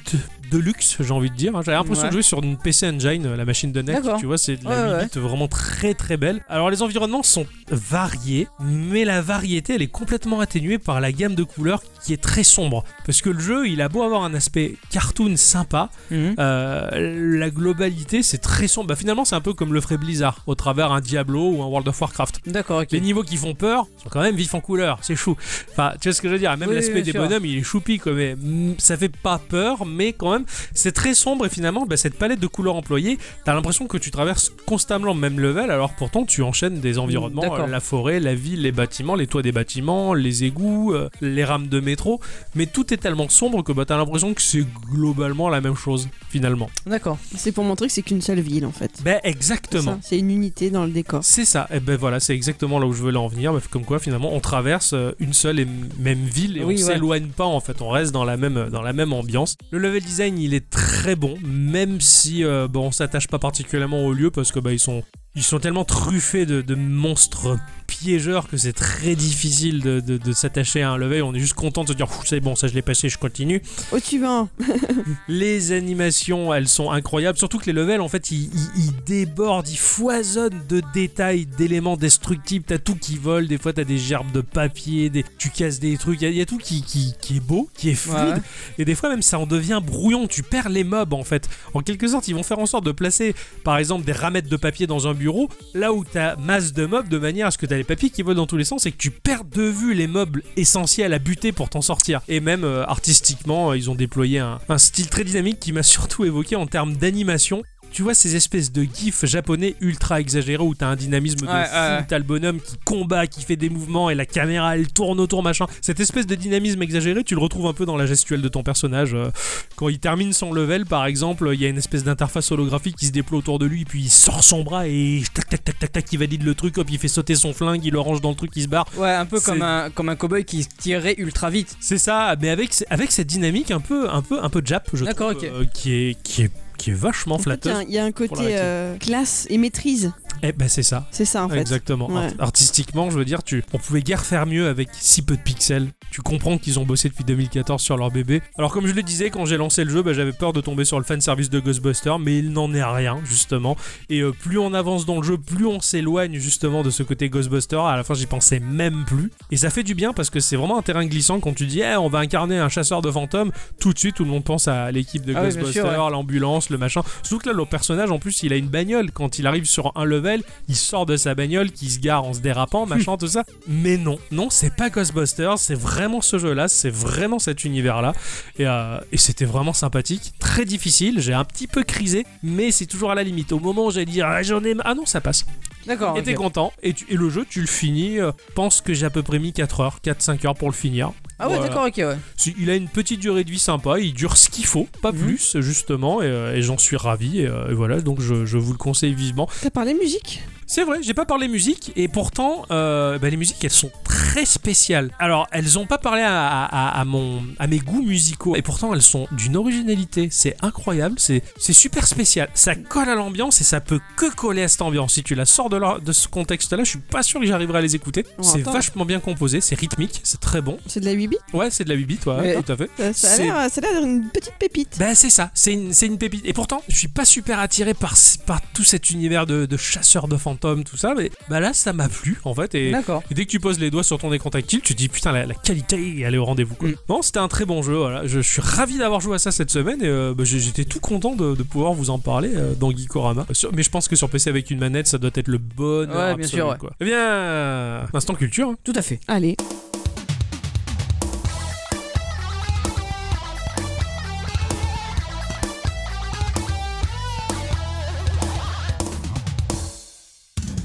Speaker 1: de luxe, j'ai envie de dire. hein. J'avais l'impression
Speaker 4: Ouais.
Speaker 1: de jouer sur une PC Engine, euh, la machine de net.
Speaker 4: D'accord.
Speaker 1: Tu vois, c'est de la
Speaker 4: Ouais,
Speaker 1: 8
Speaker 4: ouais.
Speaker 1: bits vraiment très très belle. Alors les environnements sont variés, mais la variété elle est complètement atténuée par la gamme de couleurs qui est très sombre. Parce que le jeu, il a beau avoir un aspect cartoon sympa,
Speaker 4: Mhm.
Speaker 1: euh, la globalité c'est très sombre. Bah, finalement, c'est un peu comme le ferait Blizzard au travers un Diablo ou un World of Warcraft.
Speaker 4: D'accord, ok.
Speaker 1: Les niveaux qui font peur sont quand même vifs en couleur, c'est chou. Enfin, tu vois ce que je veux dire Même
Speaker 4: Oui,
Speaker 1: l'aspect
Speaker 4: bien
Speaker 1: des
Speaker 4: sûr.
Speaker 1: bonhommes, il est choupi quand même. Mm, Ça fait pas peur, mais quand même, c'est très sombre et finalement, bah, cette palette de couleurs employée, t'as l'impression que tu traverses constamment le même level, alors pourtant tu enchaînes des environnements,
Speaker 4: D'accord.
Speaker 1: euh, la forêt, la ville, les bâtiments, les toits des bâtiments, les égouts, euh, les rames de métro, mais tout est tellement sombre que bah, t'as l'impression que c'est globalement la même chose, finalement.
Speaker 4: D'accord.
Speaker 2: C'est pour montrer que c'est qu'une seule ville en fait.
Speaker 1: Ben
Speaker 2: C'est
Speaker 1: exactement.
Speaker 2: ça, C'est une unité dans le décor.
Speaker 1: C'est ça, et ben voilà, c'est exactement là où je voulais en venir, Bah, comme quoi finalement on traverse euh, une seule et m- même ville et
Speaker 4: Oui,
Speaker 1: on
Speaker 4: ouais.
Speaker 1: s'éloigne pas en fait, on reste dans la même, euh, dans la même ambiance. Le level design il est très bon, même si euh, bon, on s'attache pas particulièrement au lieu parce que bah, ils, sont, ils sont tellement truffés de, de monstres piégeurs que c'est très difficile de, de- de s'attacher à un level, on est juste content de se dire Ouh, c'est bon, ça je l'ai passé, je continue.
Speaker 2: Au suivant.
Speaker 1: Les animations, elles sont incroyables. Surtout que les levels, en fait, ils, ils- ils débordent, ils foisonnent de détails, d'éléments destructibles. T'as tout qui vole. Des fois, t'as des gerbes de papier, des... tu casses des trucs. Il y, a- il y a tout qui, qui- qui est beau, qui est fluide.
Speaker 4: Ouais.
Speaker 1: Et des fois, même, ça en devient brouillon. Tu perds les mobs, en fait. En quelque sorte, ils vont faire en sorte de placer, par exemple, des ramettes de papier dans un bureau, là où t'as masse de mobs, de manière à ce que t'as les papiers qui volent dans tous les sens et que tu perds de vue les meubles essentiels à buter pour t'en sortir. Et même euh, artistiquement, euh, ils ont déployé un, un style très dynamique qui m'a [LAUGHS] surtout évoqué en termes d'animation. Tu vois ces espèces de gifs japonais ultra exagérés où t'as un dynamisme de
Speaker 4: Ouais,
Speaker 1: fou,
Speaker 4: ouais, ouais.
Speaker 1: t'as le bonhomme qui combat, qui fait des mouvements et la caméra elle tourne autour machin. Cette espèce de dynamisme exagéré, tu le retrouves un peu dans la gestuelle de ton personnage. euh, quand il termine son level, par exemple, il y a une espèce d'interface holographique qui se déploie autour de lui, puis il sort son bras et tac tac tac tac tac, il valide le truc, hop, il fait sauter son flingue, il le range dans le truc, il se barre.
Speaker 4: Ouais, un peu
Speaker 1: C'est-
Speaker 4: comme un, comme un cowboy qui tirait ultra vite.
Speaker 1: C'est ça, mais avec, avec cette dynamique un peu un peu un peu jap, je
Speaker 4: D'accord,
Speaker 1: trouve,
Speaker 4: ok.
Speaker 1: euh, qui est qui est qui est vachement
Speaker 2: En fait, il y
Speaker 1: flatteuse.
Speaker 2: a un- il y, a un
Speaker 1: la
Speaker 2: côté
Speaker 1: rétine.
Speaker 2: euh, classe et maîtrise.
Speaker 1: Eh ben c'est ça.
Speaker 2: C'est ça en fait.
Speaker 1: Exactement.
Speaker 2: Ouais.
Speaker 1: Art- artistiquement, je veux dire, tu, on pouvait guère faire mieux avec si peu de pixels. Tu comprends qu'ils ont bossé depuis 2014 sur leur bébé. Alors comme je le disais, quand j'ai lancé le jeu, bah, j'avais peur de tomber sur le fan service de Ghostbusters, mais il n'en est rien justement. Et euh, plus on avance dans le jeu, plus on s'éloigne justement de ce côté Ghostbusters. À la fin, j'y pensais même plus. Et ça fait du bien parce que c'est vraiment un terrain glissant quand tu dis, Eh, on va incarner un chasseur de fantômes. Tout de suite, tout le monde pense à l'équipe de
Speaker 4: Ah oui, bien sûr,
Speaker 1: Ghostbusters, l'ambulance, le machin. Surtout que là, le personnage, en plus, il a une bagnole. Quand il arrive sur un level, il sort de sa bagnole, qui se gare en se dérapant,
Speaker 4: [LAUGHS]
Speaker 1: machin, tout ça. Mais non, non, c'est pas Ghostbusters, c'est vraiment ce jeu-là, c'est vraiment cet univers-là. Et, euh, et c'était vraiment sympathique, très difficile, j'ai un petit peu crisé, mais c'est toujours à la limite. Au moment où j'allais dire, ah, j'en ai... ma- Ah non, ça passe.
Speaker 4: D'accord.
Speaker 1: Et t'es
Speaker 4: Ah, ok.
Speaker 1: content, et, tu- et le jeu, tu le finis, euh, pense que j'ai à peu près mis 4 heures, 4-5 heures pour le finir.
Speaker 4: Ah ouais,
Speaker 1: Voilà.
Speaker 4: d'accord, ok, ouais.
Speaker 1: Si- Il a une petite durée de vie sympa, il dure ce qu'il faut, pas
Speaker 4: Mhm.
Speaker 1: plus justement, et, euh, et j'en suis ravi, et, euh, et voilà, donc je, je vous le conseille vivement.
Speaker 2: T'as parlé musique
Speaker 1: C'est vrai, j'ai pas parlé musique, et pourtant, euh, bah, les musiques, elles sont très spéciales. Alors, elles ont pas parlé à, à- à- à mon, à mes goûts musicaux, et pourtant, elles sont d'une originalité, c'est incroyable, c'est c'est super spécial. Ça colle à l'ambiance, et ça peut que coller à cette ambiance. Si tu la sors de, leur- de ce contexte-là, je suis pas sûr que j'arriverai à les écouter.
Speaker 2: On
Speaker 1: c'est
Speaker 2: entend.
Speaker 1: vachement bien composé, c'est rythmique, c'est très bon.
Speaker 2: C'est de la 8 bits euh,
Speaker 1: Ouais, c'est de la 8 bits, ouais,
Speaker 4: Mais-
Speaker 1: tout à fait.
Speaker 2: Ça, ça a
Speaker 1: C'est-
Speaker 2: l'air- ça a l'air d'une petite pépite.
Speaker 1: Bah c'est ça, c'est une, c'est une pépite. Et pourtant, je suis pas super attiré par, par tout cet univers de, de chasseurs de fantômes, tout ça, mais bah là, ça m'a plu, en fait. Et,
Speaker 4: D'accord.
Speaker 1: et dès que tu poses les doigts sur ton écran tactile, tu te dis putain, la, la qualité, elle est au rendez-vous. quoi.
Speaker 4: Mm.
Speaker 1: Non, c'était un très bon jeu, voilà. Je, je suis ravi d'avoir joué à ça cette semaine et euh, bah, j'ai- j'étais tout content de, de pouvoir vous en parler euh, dans Geekorama. Sur- Mais je pense que sur PC avec une manette, ça doit être le bon.
Speaker 4: Ouais, bien sûr, ouais.
Speaker 1: Eh bien, instant culture. hein.
Speaker 4: Tout à fait.
Speaker 2: Allez.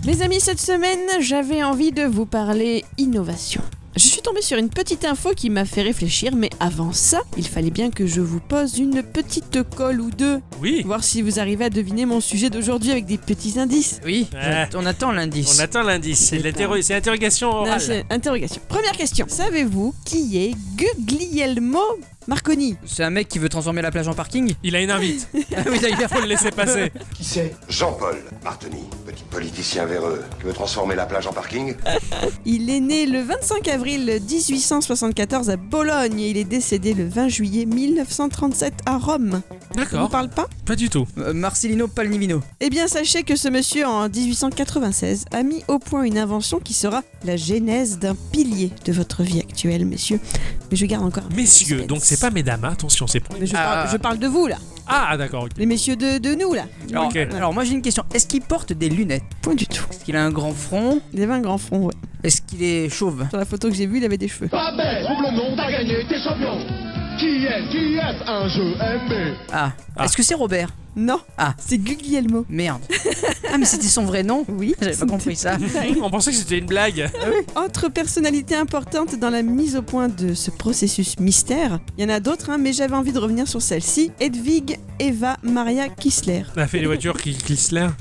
Speaker 2: Les amis, cette semaine, j'avais envie de vous parler innovation. Je suis tombée sur une petite info qui m'a fait réfléchir, mais avant ça, il fallait bien que je vous pose une petite colle ou deux,
Speaker 1: Oui.
Speaker 2: voir si vous arrivez à deviner mon sujet d'aujourd'hui avec des petits indices.
Speaker 4: Oui,
Speaker 1: Ouais.
Speaker 4: on attend l'indice.
Speaker 1: attend l'indice,
Speaker 2: C'est l'interro-
Speaker 1: l'interrogation
Speaker 2: Non, c'est interrogation. Première question. Savez-vous qui est Guglielmo Marconi.
Speaker 4: C'est un mec qui veut transformer la plage en parking [LAUGHS]
Speaker 1: Il a une invite.
Speaker 4: Ah oui, d'ailleurs.
Speaker 1: Faut le laisser
Speaker 4: [LAUGHS]
Speaker 1: passer.
Speaker 9: Qui c'est
Speaker 10: Jean-Paul Martoni, petit politicien véreux qui veut transformer la plage en parking.
Speaker 2: Il est né le 25 avril 1874 à Bologne et il est décédé le 20 juillet 1937 à Rome. Ça vous
Speaker 1: D'accord.
Speaker 2: parle pas
Speaker 1: Pas du tout.
Speaker 4: Euh, Marcelino Palnivino.
Speaker 2: Eh bien, sachez que ce monsieur, en 1896, a mis au point une invention qui sera la genèse d'un pilier de votre vie actuelle, messieurs. Mais je garde encore. un peu de
Speaker 1: Messieurs,
Speaker 2: suspense.
Speaker 1: donc c'est pas mesdames, hein, attention, c'est pour.
Speaker 2: Mais je, parle,
Speaker 4: Ah.
Speaker 2: je parle de vous là,
Speaker 1: Ah, d'accord, ok.
Speaker 2: les messieurs de, de nous là.
Speaker 4: Alors,
Speaker 1: Ok.
Speaker 4: alors moi j'ai une question. Est-ce qu'il porte des lunettes
Speaker 2: Point du tout.
Speaker 4: Est-ce qu'il a un grand front
Speaker 2: Il avait un grand front, ouais.
Speaker 4: Est-ce qu'il est chauve
Speaker 2: Sur la photo que j'ai vue, il avait des cheveux.
Speaker 4: Ah.
Speaker 9: Pas bête, trouve le nom, t'as gagné, t'es champion. Qui est, qui est un jeu aimé
Speaker 4: Ah.
Speaker 1: Ah.
Speaker 4: Est-ce que c'est Robert
Speaker 2: Non,
Speaker 4: Ah.
Speaker 2: c'est Guglielmo.
Speaker 4: Merde. ah mais c'était son vrai nom
Speaker 2: Oui,
Speaker 4: J'avais pas compris ça.
Speaker 2: Ah
Speaker 1: On pensait que c'était une
Speaker 2: [LAUGHS]
Speaker 1: blague.
Speaker 2: Autre personnalité importante dans la mise au point de ce processus mystère, il y en a d'autres, hein, mais j'avais envie de revenir sur celle-ci, Hedwig Eva Maria Kissler.
Speaker 1: On a fait les voitures qui glissent là.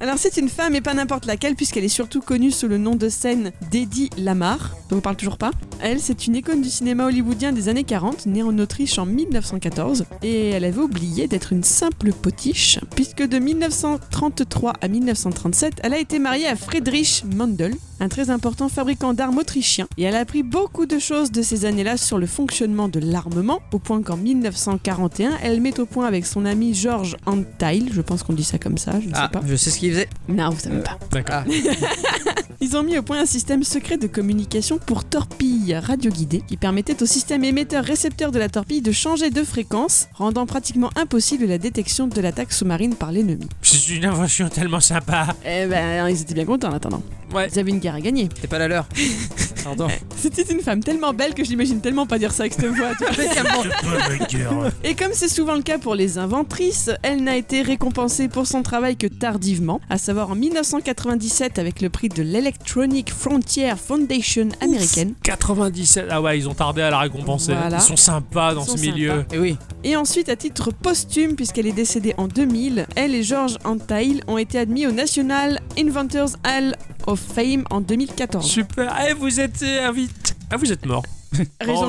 Speaker 2: Alors c'est une femme et pas n'importe laquelle puisqu'elle est surtout connue sous le nom de scène d'Eddie Lamar, dont on parle toujours pas. Elle, c'est une icône du cinéma hollywoodien des années 40, née en Autriche en 1914, et elle avait oublié d'être une simple potiche, puisque de 1933 à 1937, elle a été mariée à Friedrich Mandel, un très important fabricant d'armes autrichien, et elle a appris beaucoup de choses de ces années-là sur le fonctionnement de l'armement, au point qu'en 1941, elle met au point avec son ami George Antheil, je pense qu'on dit ça comme ça, je ne sais
Speaker 4: Ah,
Speaker 2: pas.
Speaker 4: je sais ce qu'il faisait.
Speaker 2: Non, vous savez pas.
Speaker 1: D'accord.
Speaker 2: Euh, Ils ont mis au point un système secret de communication pour torpille radioguidée qui permettait au système émetteur-récepteur de la torpille de changer de fréquence, rendant pratiquement impossible la détection de l'attaque sous-marine par l'ennemi.
Speaker 1: C'est une invention tellement sympa.
Speaker 2: Eh ben, ils étaient bien contents en attendant.
Speaker 1: Ouais.
Speaker 2: Ils avaient une guerre à gagner.
Speaker 4: T'es pas la leur. Pardon.
Speaker 2: C'était une femme tellement belle que je l'imagine tellement pas dire ça avec cette voix. [LAUGHS] tu vois.
Speaker 4: [LAUGHS] Impeccablement.
Speaker 2: Et comme c'est souvent le cas pour les inventrices, elle n'a été récompensée pour son travail que tardivement, à savoir en 1997 avec le prix de l'Electronic Frontier Foundation américaine.
Speaker 1: 97. Ah ouais, ils ont tardé à la récompenser.
Speaker 2: Voilà.
Speaker 1: Ils sont sympas dans
Speaker 2: Ils sont
Speaker 1: ce milieu.
Speaker 4: Et Eh oui.
Speaker 2: Et ensuite, à titre posthume, puisqu'elle est décédée en 2000, elle et George Antheil ont été admis au National Inventors Hall of Fame en 2014.
Speaker 1: Super. Eh, vous êtes euh, invite. Ah, vous êtes mort.
Speaker 2: Raison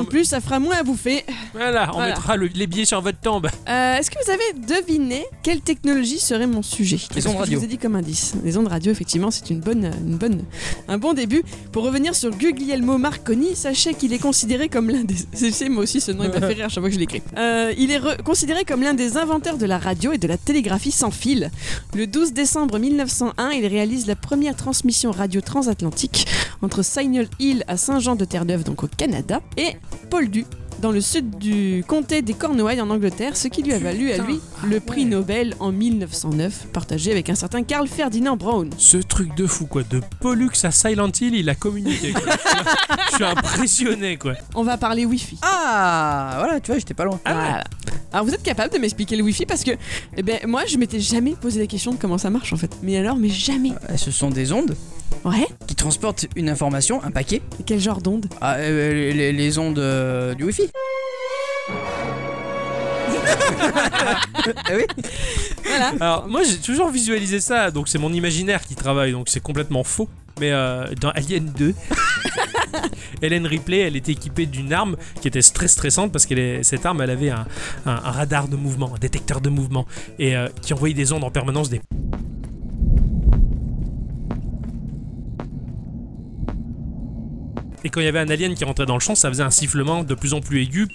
Speaker 1: Oh,
Speaker 2: de plus, ça fera moins à bouffer.
Speaker 1: Voilà, on
Speaker 2: Voilà.
Speaker 1: mettra le- les billets sur votre tombe.
Speaker 2: Euh, Est-ce que vous avez deviné quelle technologie serait mon sujet
Speaker 4: Les
Speaker 2: Qu'est-ce
Speaker 4: ondes
Speaker 2: que
Speaker 4: radio.
Speaker 2: Je vous ai dit comme indice. Les ondes radio, effectivement, c'est une bonne, une bonne, un bon début. Pour revenir sur Guglielmo Marconi, sachez qu'il est considéré comme l'un des. [LAUGHS] C'est c'est moi aussi ce nom, il m'a fait rire à chaque fois que je l'écris. Euh, il est re- considéré comme l'un des inventeurs de la radio et de la télégraphie sans fil. Le 12 décembre 1901, il réalise la première transmission radio transatlantique entre Signal Hill à Saint-Jean-de-Terre-Neuve, donc au Canada, et Poldu dans le sud du comté des Cornouailles en Angleterre, ce qui lui a valu à lui le prix Nobel en 1909, partagé avec un certain Carl Ferdinand Brown.
Speaker 1: Ce truc de fou, quoi. De Pollux à Silent Hill, il a communiqué.
Speaker 2: [LAUGHS]
Speaker 1: quoi. Je suis impressionné, quoi.
Speaker 2: On va parler Wi-Fi.
Speaker 4: Ah, voilà, tu vois, j'étais pas loin.
Speaker 2: Voilà. Alors vous êtes capable de m'expliquer le Wi-Fi parce que eh ben, moi je m'étais jamais posé la question de comment ça marche en fait. Mais alors, mais jamais.
Speaker 4: Euh, Ce sont des ondes
Speaker 2: Ouais
Speaker 4: qui transportent une information, un paquet.
Speaker 2: Et Quel genre d'onde
Speaker 4: Ah, euh, les, les- les ondes euh, du Wi-Fi. Ah oui
Speaker 2: Voilà.
Speaker 1: [LAUGHS] Alors, moi, j'ai toujours visualisé ça, donc c'est mon imaginaire qui travaille, donc c'est complètement faux. Mais euh, dans Alien [LAUGHS] 2, Helen Ripley, elle était équipée d'une arme qui était très stressante parce que cette arme, elle avait un, un- un radar de mouvement, un détecteur de mouvement, et euh, qui envoyait des ondes en permanence des. Et quand il y avait un alien qui rentrait dans le champ, ça faisait un sifflement de plus en plus aigu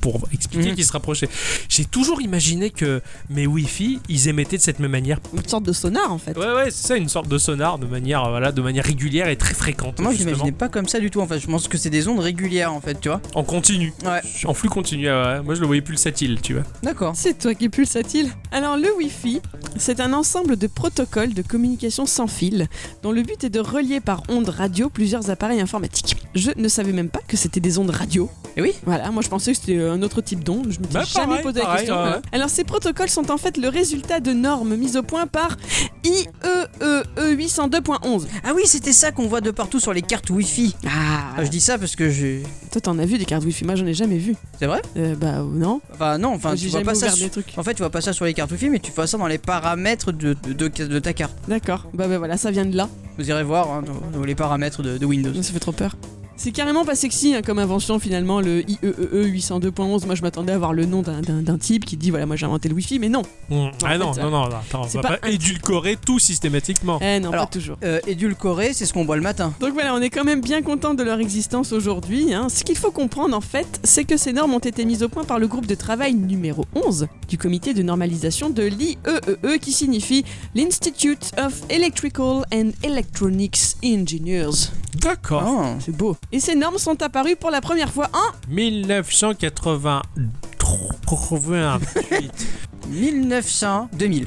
Speaker 1: pour expliquer
Speaker 4: Mhm.
Speaker 1: qu'il se rapprochait. J'ai toujours imaginé que mes Wi-Fi, ils émettaient de cette même manière.
Speaker 2: Une sorte de sonar en fait.
Speaker 1: Ouais, ouais, c'est ça, une sorte de sonar de manière, euh, voilà, de manière régulière et très fréquente.
Speaker 4: Moi, je
Speaker 1: justement.
Speaker 4: l'imaginais pas comme ça du tout. En fait, je pense que c'est des ondes régulières, en fait, tu vois.
Speaker 1: En continu.
Speaker 4: Ouais.
Speaker 1: En flux continu, ouais. moi je le voyais pulsatile, tu vois.
Speaker 4: D'accord.
Speaker 2: C'est toi qui pulsatile. Alors le Wi-Fi, c'est un ensemble de protocoles de communication sans fil dont le but est de relier par ondes radio plusieurs appareils informatiques. Je ne savais même pas que c'était des ondes radio.
Speaker 4: Eh oui.
Speaker 2: Voilà, moi je pensais que c'était un autre type d'onde, je me
Speaker 1: Bah,
Speaker 2: jamais
Speaker 1: pareil,
Speaker 2: posé la
Speaker 1: pareil,
Speaker 2: question.
Speaker 1: ouais, ouais.
Speaker 2: Alors ces protocoles sont en fait le résultat de normes mises au point par E IEEE 802.11.
Speaker 4: Ah oui, c'était ça qu'on voit de partout sur les cartes Wi-Fi.
Speaker 2: Ah,
Speaker 4: Ah, je dis ça parce que j'ai.
Speaker 2: toi t'en as vu des cartes Wi-Fi, moi j'en ai jamais vu.
Speaker 4: C'est vrai
Speaker 2: Euh, bah non,
Speaker 4: Enfin, non, enfin,
Speaker 2: j'ai
Speaker 4: tu vois
Speaker 2: jamais
Speaker 4: pas ça.
Speaker 2: ouvert
Speaker 4: sur-
Speaker 2: des trucs.
Speaker 4: En fait, tu vois pas ça sur les cartes Wi-Fi, mais tu vois ça dans les paramètres de, de, de- de ta carte.
Speaker 2: D'accord, bah, bah voilà, ça vient de là,
Speaker 4: Vous irez voir hein, dans- dans les paramètres de, de Windows.
Speaker 2: ça fait trop peur. C'est carrément pas sexy hein, comme invention finalement le E IEEE 802.11. Moi je m'attendais à avoir le nom d'un- d'un d'un type qui dit voilà moi j'ai inventé le wifi mais non.
Speaker 1: Mmh. Ah
Speaker 2: fait,
Speaker 1: non,
Speaker 2: euh,
Speaker 1: non, non, attends, on
Speaker 2: c'est
Speaker 1: va
Speaker 2: pas
Speaker 1: pas,
Speaker 2: un-
Speaker 1: édulcorer tout systématiquement.
Speaker 2: Eh non
Speaker 4: Alors,
Speaker 2: pas toujours.
Speaker 4: Euh, édulcoré, c'est ce qu'on boit le matin.
Speaker 2: Donc voilà, on est quand même bien content de leur existence aujourd'hui. hein. Ce qu'il faut comprendre en fait, c'est que ces normes ont été mises au point par le groupe de travail numéro 11 du comité de normalisation de l'IEEE E, qui signifie l'Institute of Electrical and Electronics Engineers. Hein
Speaker 1: D'accord.
Speaker 4: Ah.
Speaker 2: C'est beau. Et ces normes sont apparues pour la première fois en
Speaker 1: 1988.
Speaker 4: 1900, 2000.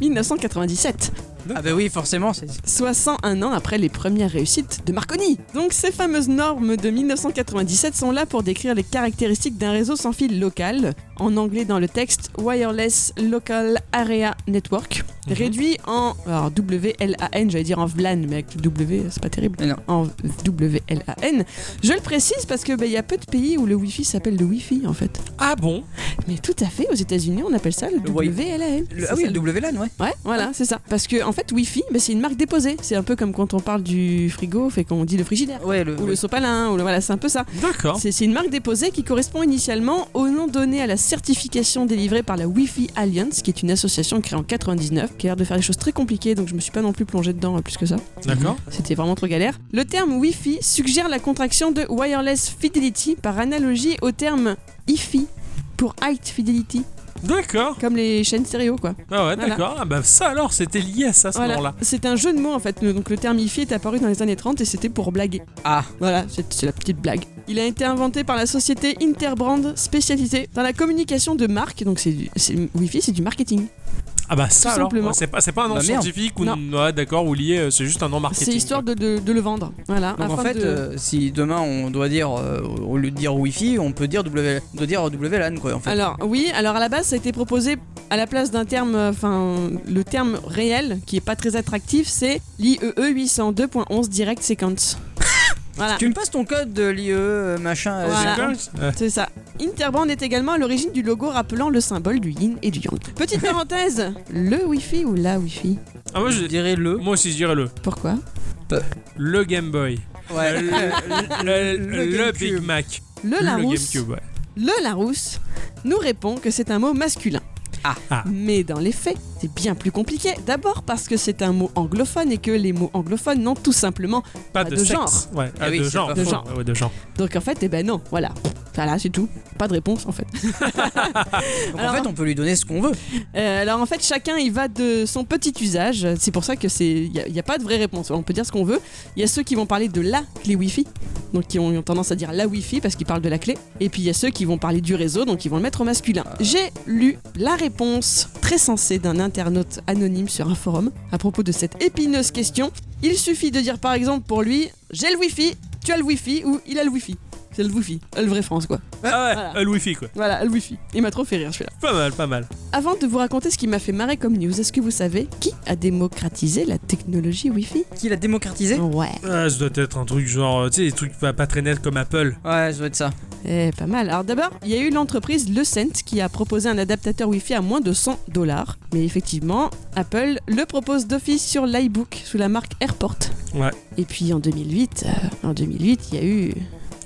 Speaker 2: 1997.
Speaker 4: Ah bah oui, forcément, c'est
Speaker 2: 61 ans après les premières réussites de Marconi. Donc ces fameuses normes de 1997 sont là pour décrire les caractéristiques d'un réseau sans fil local, en anglais dans le texte Wireless Local Area Network,
Speaker 1: Mhm.
Speaker 2: réduit en alors, WLAN, j'allais dire en VLAN, mais avec le W c'est pas terrible,
Speaker 4: Mais non.
Speaker 2: en WLAN. Je le précise parce que ben, il y a peu de pays où le Wi-Fi s'appelle le Wi-Fi en fait.
Speaker 1: [LAUGHS] Ah bon
Speaker 2: Mais tout à fait, aux États-Unis on appelle ça le
Speaker 4: Le Wi-
Speaker 2: WLAN.
Speaker 4: Le-
Speaker 2: C'est
Speaker 4: ah oui,
Speaker 2: ça,
Speaker 4: le WLAN, ouais.
Speaker 2: Ouais, voilà, c'est ça. Parce que en fait, Wi-Fi, bah, c'est une marque déposée. C'est un peu comme quand on parle du frigo, fait qu'on dit le frigidaire.
Speaker 4: Ouais, le,
Speaker 2: Ou le sopalin, ou le- voilà, c'est un peu ça.
Speaker 1: D'accord.
Speaker 2: C'est c'est une marque déposée qui correspond initialement au nom donné à la certification délivrée par la Wi-Fi Alliance, qui est une association créée en 99, qui a l'air de faire des choses très compliquées, donc je me suis pas non plus plongée dedans euh, plus que ça.
Speaker 1: D'accord.
Speaker 2: C'était vraiment trop galère. Le terme Wi-Fi suggère la contraction de Wireless Fidelity par analogie au terme IFI pour High Fidelity,
Speaker 1: D'accord.
Speaker 2: comme les chaînes stéréo, quoi.
Speaker 1: Ah ouais,
Speaker 2: Voilà.
Speaker 1: d'accord. Ah bah ça alors, c'était lié à ça à ce
Speaker 2: Voilà.
Speaker 1: moment-là.
Speaker 2: C'est un jeu de mots en fait. Donc le terme IFI est apparu dans les années 30 et c'était pour blaguer.
Speaker 4: Ah,
Speaker 2: Voilà, c'est c'est la petite blague. Il a été inventé par la société Interbrand spécialisée dans la communication de marques. Donc c'est du- c'est Wi-Fi, c'est du marketing.
Speaker 1: Ah bah ça
Speaker 2: Tout
Speaker 1: alors,
Speaker 2: simplement.
Speaker 1: ouais, c'est pas, c'est pas un nom
Speaker 4: Bah merde.
Speaker 1: scientifique ou
Speaker 2: Non.
Speaker 1: n- ouais, d'accord ou lié, euh, c'est juste un nom marketing.
Speaker 2: C'est histoire
Speaker 1: quoi.
Speaker 2: de, de- de le vendre. Voilà.
Speaker 4: donc en
Speaker 2: afin
Speaker 4: fait,
Speaker 2: de-
Speaker 4: euh, si demain on doit dire, euh, au lieu de dire Wi-Fi, on peut dire, w, on doit dire WLAN, quoi, en fait.
Speaker 2: Alors oui, alors à la base ça a été proposé à la place d'un terme, euh, enfin le terme réel qui est pas très attractif, c'est l'IEE 802.11 Direct
Speaker 4: [LAUGHS]
Speaker 2: Sequence. voilà.
Speaker 4: Tu me passes ton code de l'IE, euh, machin. euh,
Speaker 2: Voilà.
Speaker 4: d'accord
Speaker 1: Euh,
Speaker 2: C'est ça. Interbrand est également à l'origine du logo rappelant le symbole du yin et du yang. Petite parenthèse, le Wi-Fi ou la Wi-Fi
Speaker 1: Ah moi,
Speaker 4: Je
Speaker 1: je-
Speaker 4: dirais le.
Speaker 1: moi aussi je dirais le.
Speaker 2: Pourquoi
Speaker 1: Le Game Boy.
Speaker 4: Ouais, le-
Speaker 1: Le,
Speaker 4: le
Speaker 1: le
Speaker 4: GameCube.
Speaker 1: Big Mac.
Speaker 2: Le Larousse,
Speaker 1: GameCube, ouais.
Speaker 2: le Larousse nous répond que c'est un mot masculin.
Speaker 4: Ah.
Speaker 1: Ah.
Speaker 2: Mais dans les faits, c'est bien plus compliqué. D'abord parce que c'est un mot anglophone et que les mots anglophones n'ont tout simplement.
Speaker 1: Pas
Speaker 2: Ah,
Speaker 1: de,
Speaker 2: de
Speaker 1: sexe.
Speaker 2: genre.
Speaker 1: Ouais, ah,
Speaker 4: oui,
Speaker 1: de
Speaker 4: c'est
Speaker 1: genre.
Speaker 4: pas
Speaker 2: faux.
Speaker 1: Ouais, ouais, de genre.
Speaker 2: Donc en fait, eh ben non, voilà. Voilà, c'est tout. Pas de réponse en fait.
Speaker 4: Donc en
Speaker 2: Alors-
Speaker 4: fait, on peut lui donner ce qu'on veut.
Speaker 2: Euh, alors en fait, chacun il va de son petit usage. C'est pour ça que c'est il n'y a, pas de vraie réponse. On peut dire ce qu'on veut. Il y a ceux qui vont parler de la clé Wi-Fi, donc qui ont, ont tendance à dire la Wi-Fi parce qu'ils parlent de la clé. Et puis il y a ceux qui vont parler du réseau, donc ils vont le mettre au masculin. J'ai lu la réponse très sensée d'un internaute anonyme sur un forum à propos de cette épineuse question. Il suffit de dire par exemple pour lui j'ai le Wi-Fi, tu as le Wi-Fi ou il a le Wi-Fi. C'est le Wi-Fi, le vrai France quoi.
Speaker 1: Ah ouais,
Speaker 2: Voilà.
Speaker 1: euh, le Wi-Fi quoi.
Speaker 2: Voilà, le Wi-Fi. Il m'a trop fait rire celui-là.
Speaker 1: Pas mal, pas mal.
Speaker 2: Avant de vous raconter ce qui m'a fait marrer comme news, est-ce que vous savez qui a démocratisé la technologie Wi-Fi
Speaker 4: Qui l'a démocratisé
Speaker 2: Ouais.
Speaker 1: Ah, ça doit être un truc genre, euh, tu sais, des trucs pas, pas très nets comme Apple.
Speaker 4: Ouais, ça doit être ça.
Speaker 2: Eh, pas mal. Alors d'abord, il y a eu l'entreprise Lucent qui a proposé un adaptateur Wi-Fi à moins de 100 dollars. Mais effectivement, Apple le propose d'office sur l'iBook sous la marque Airport.
Speaker 1: Ouais.
Speaker 2: Et puis en 2008, euh, en 2008, il y a eu,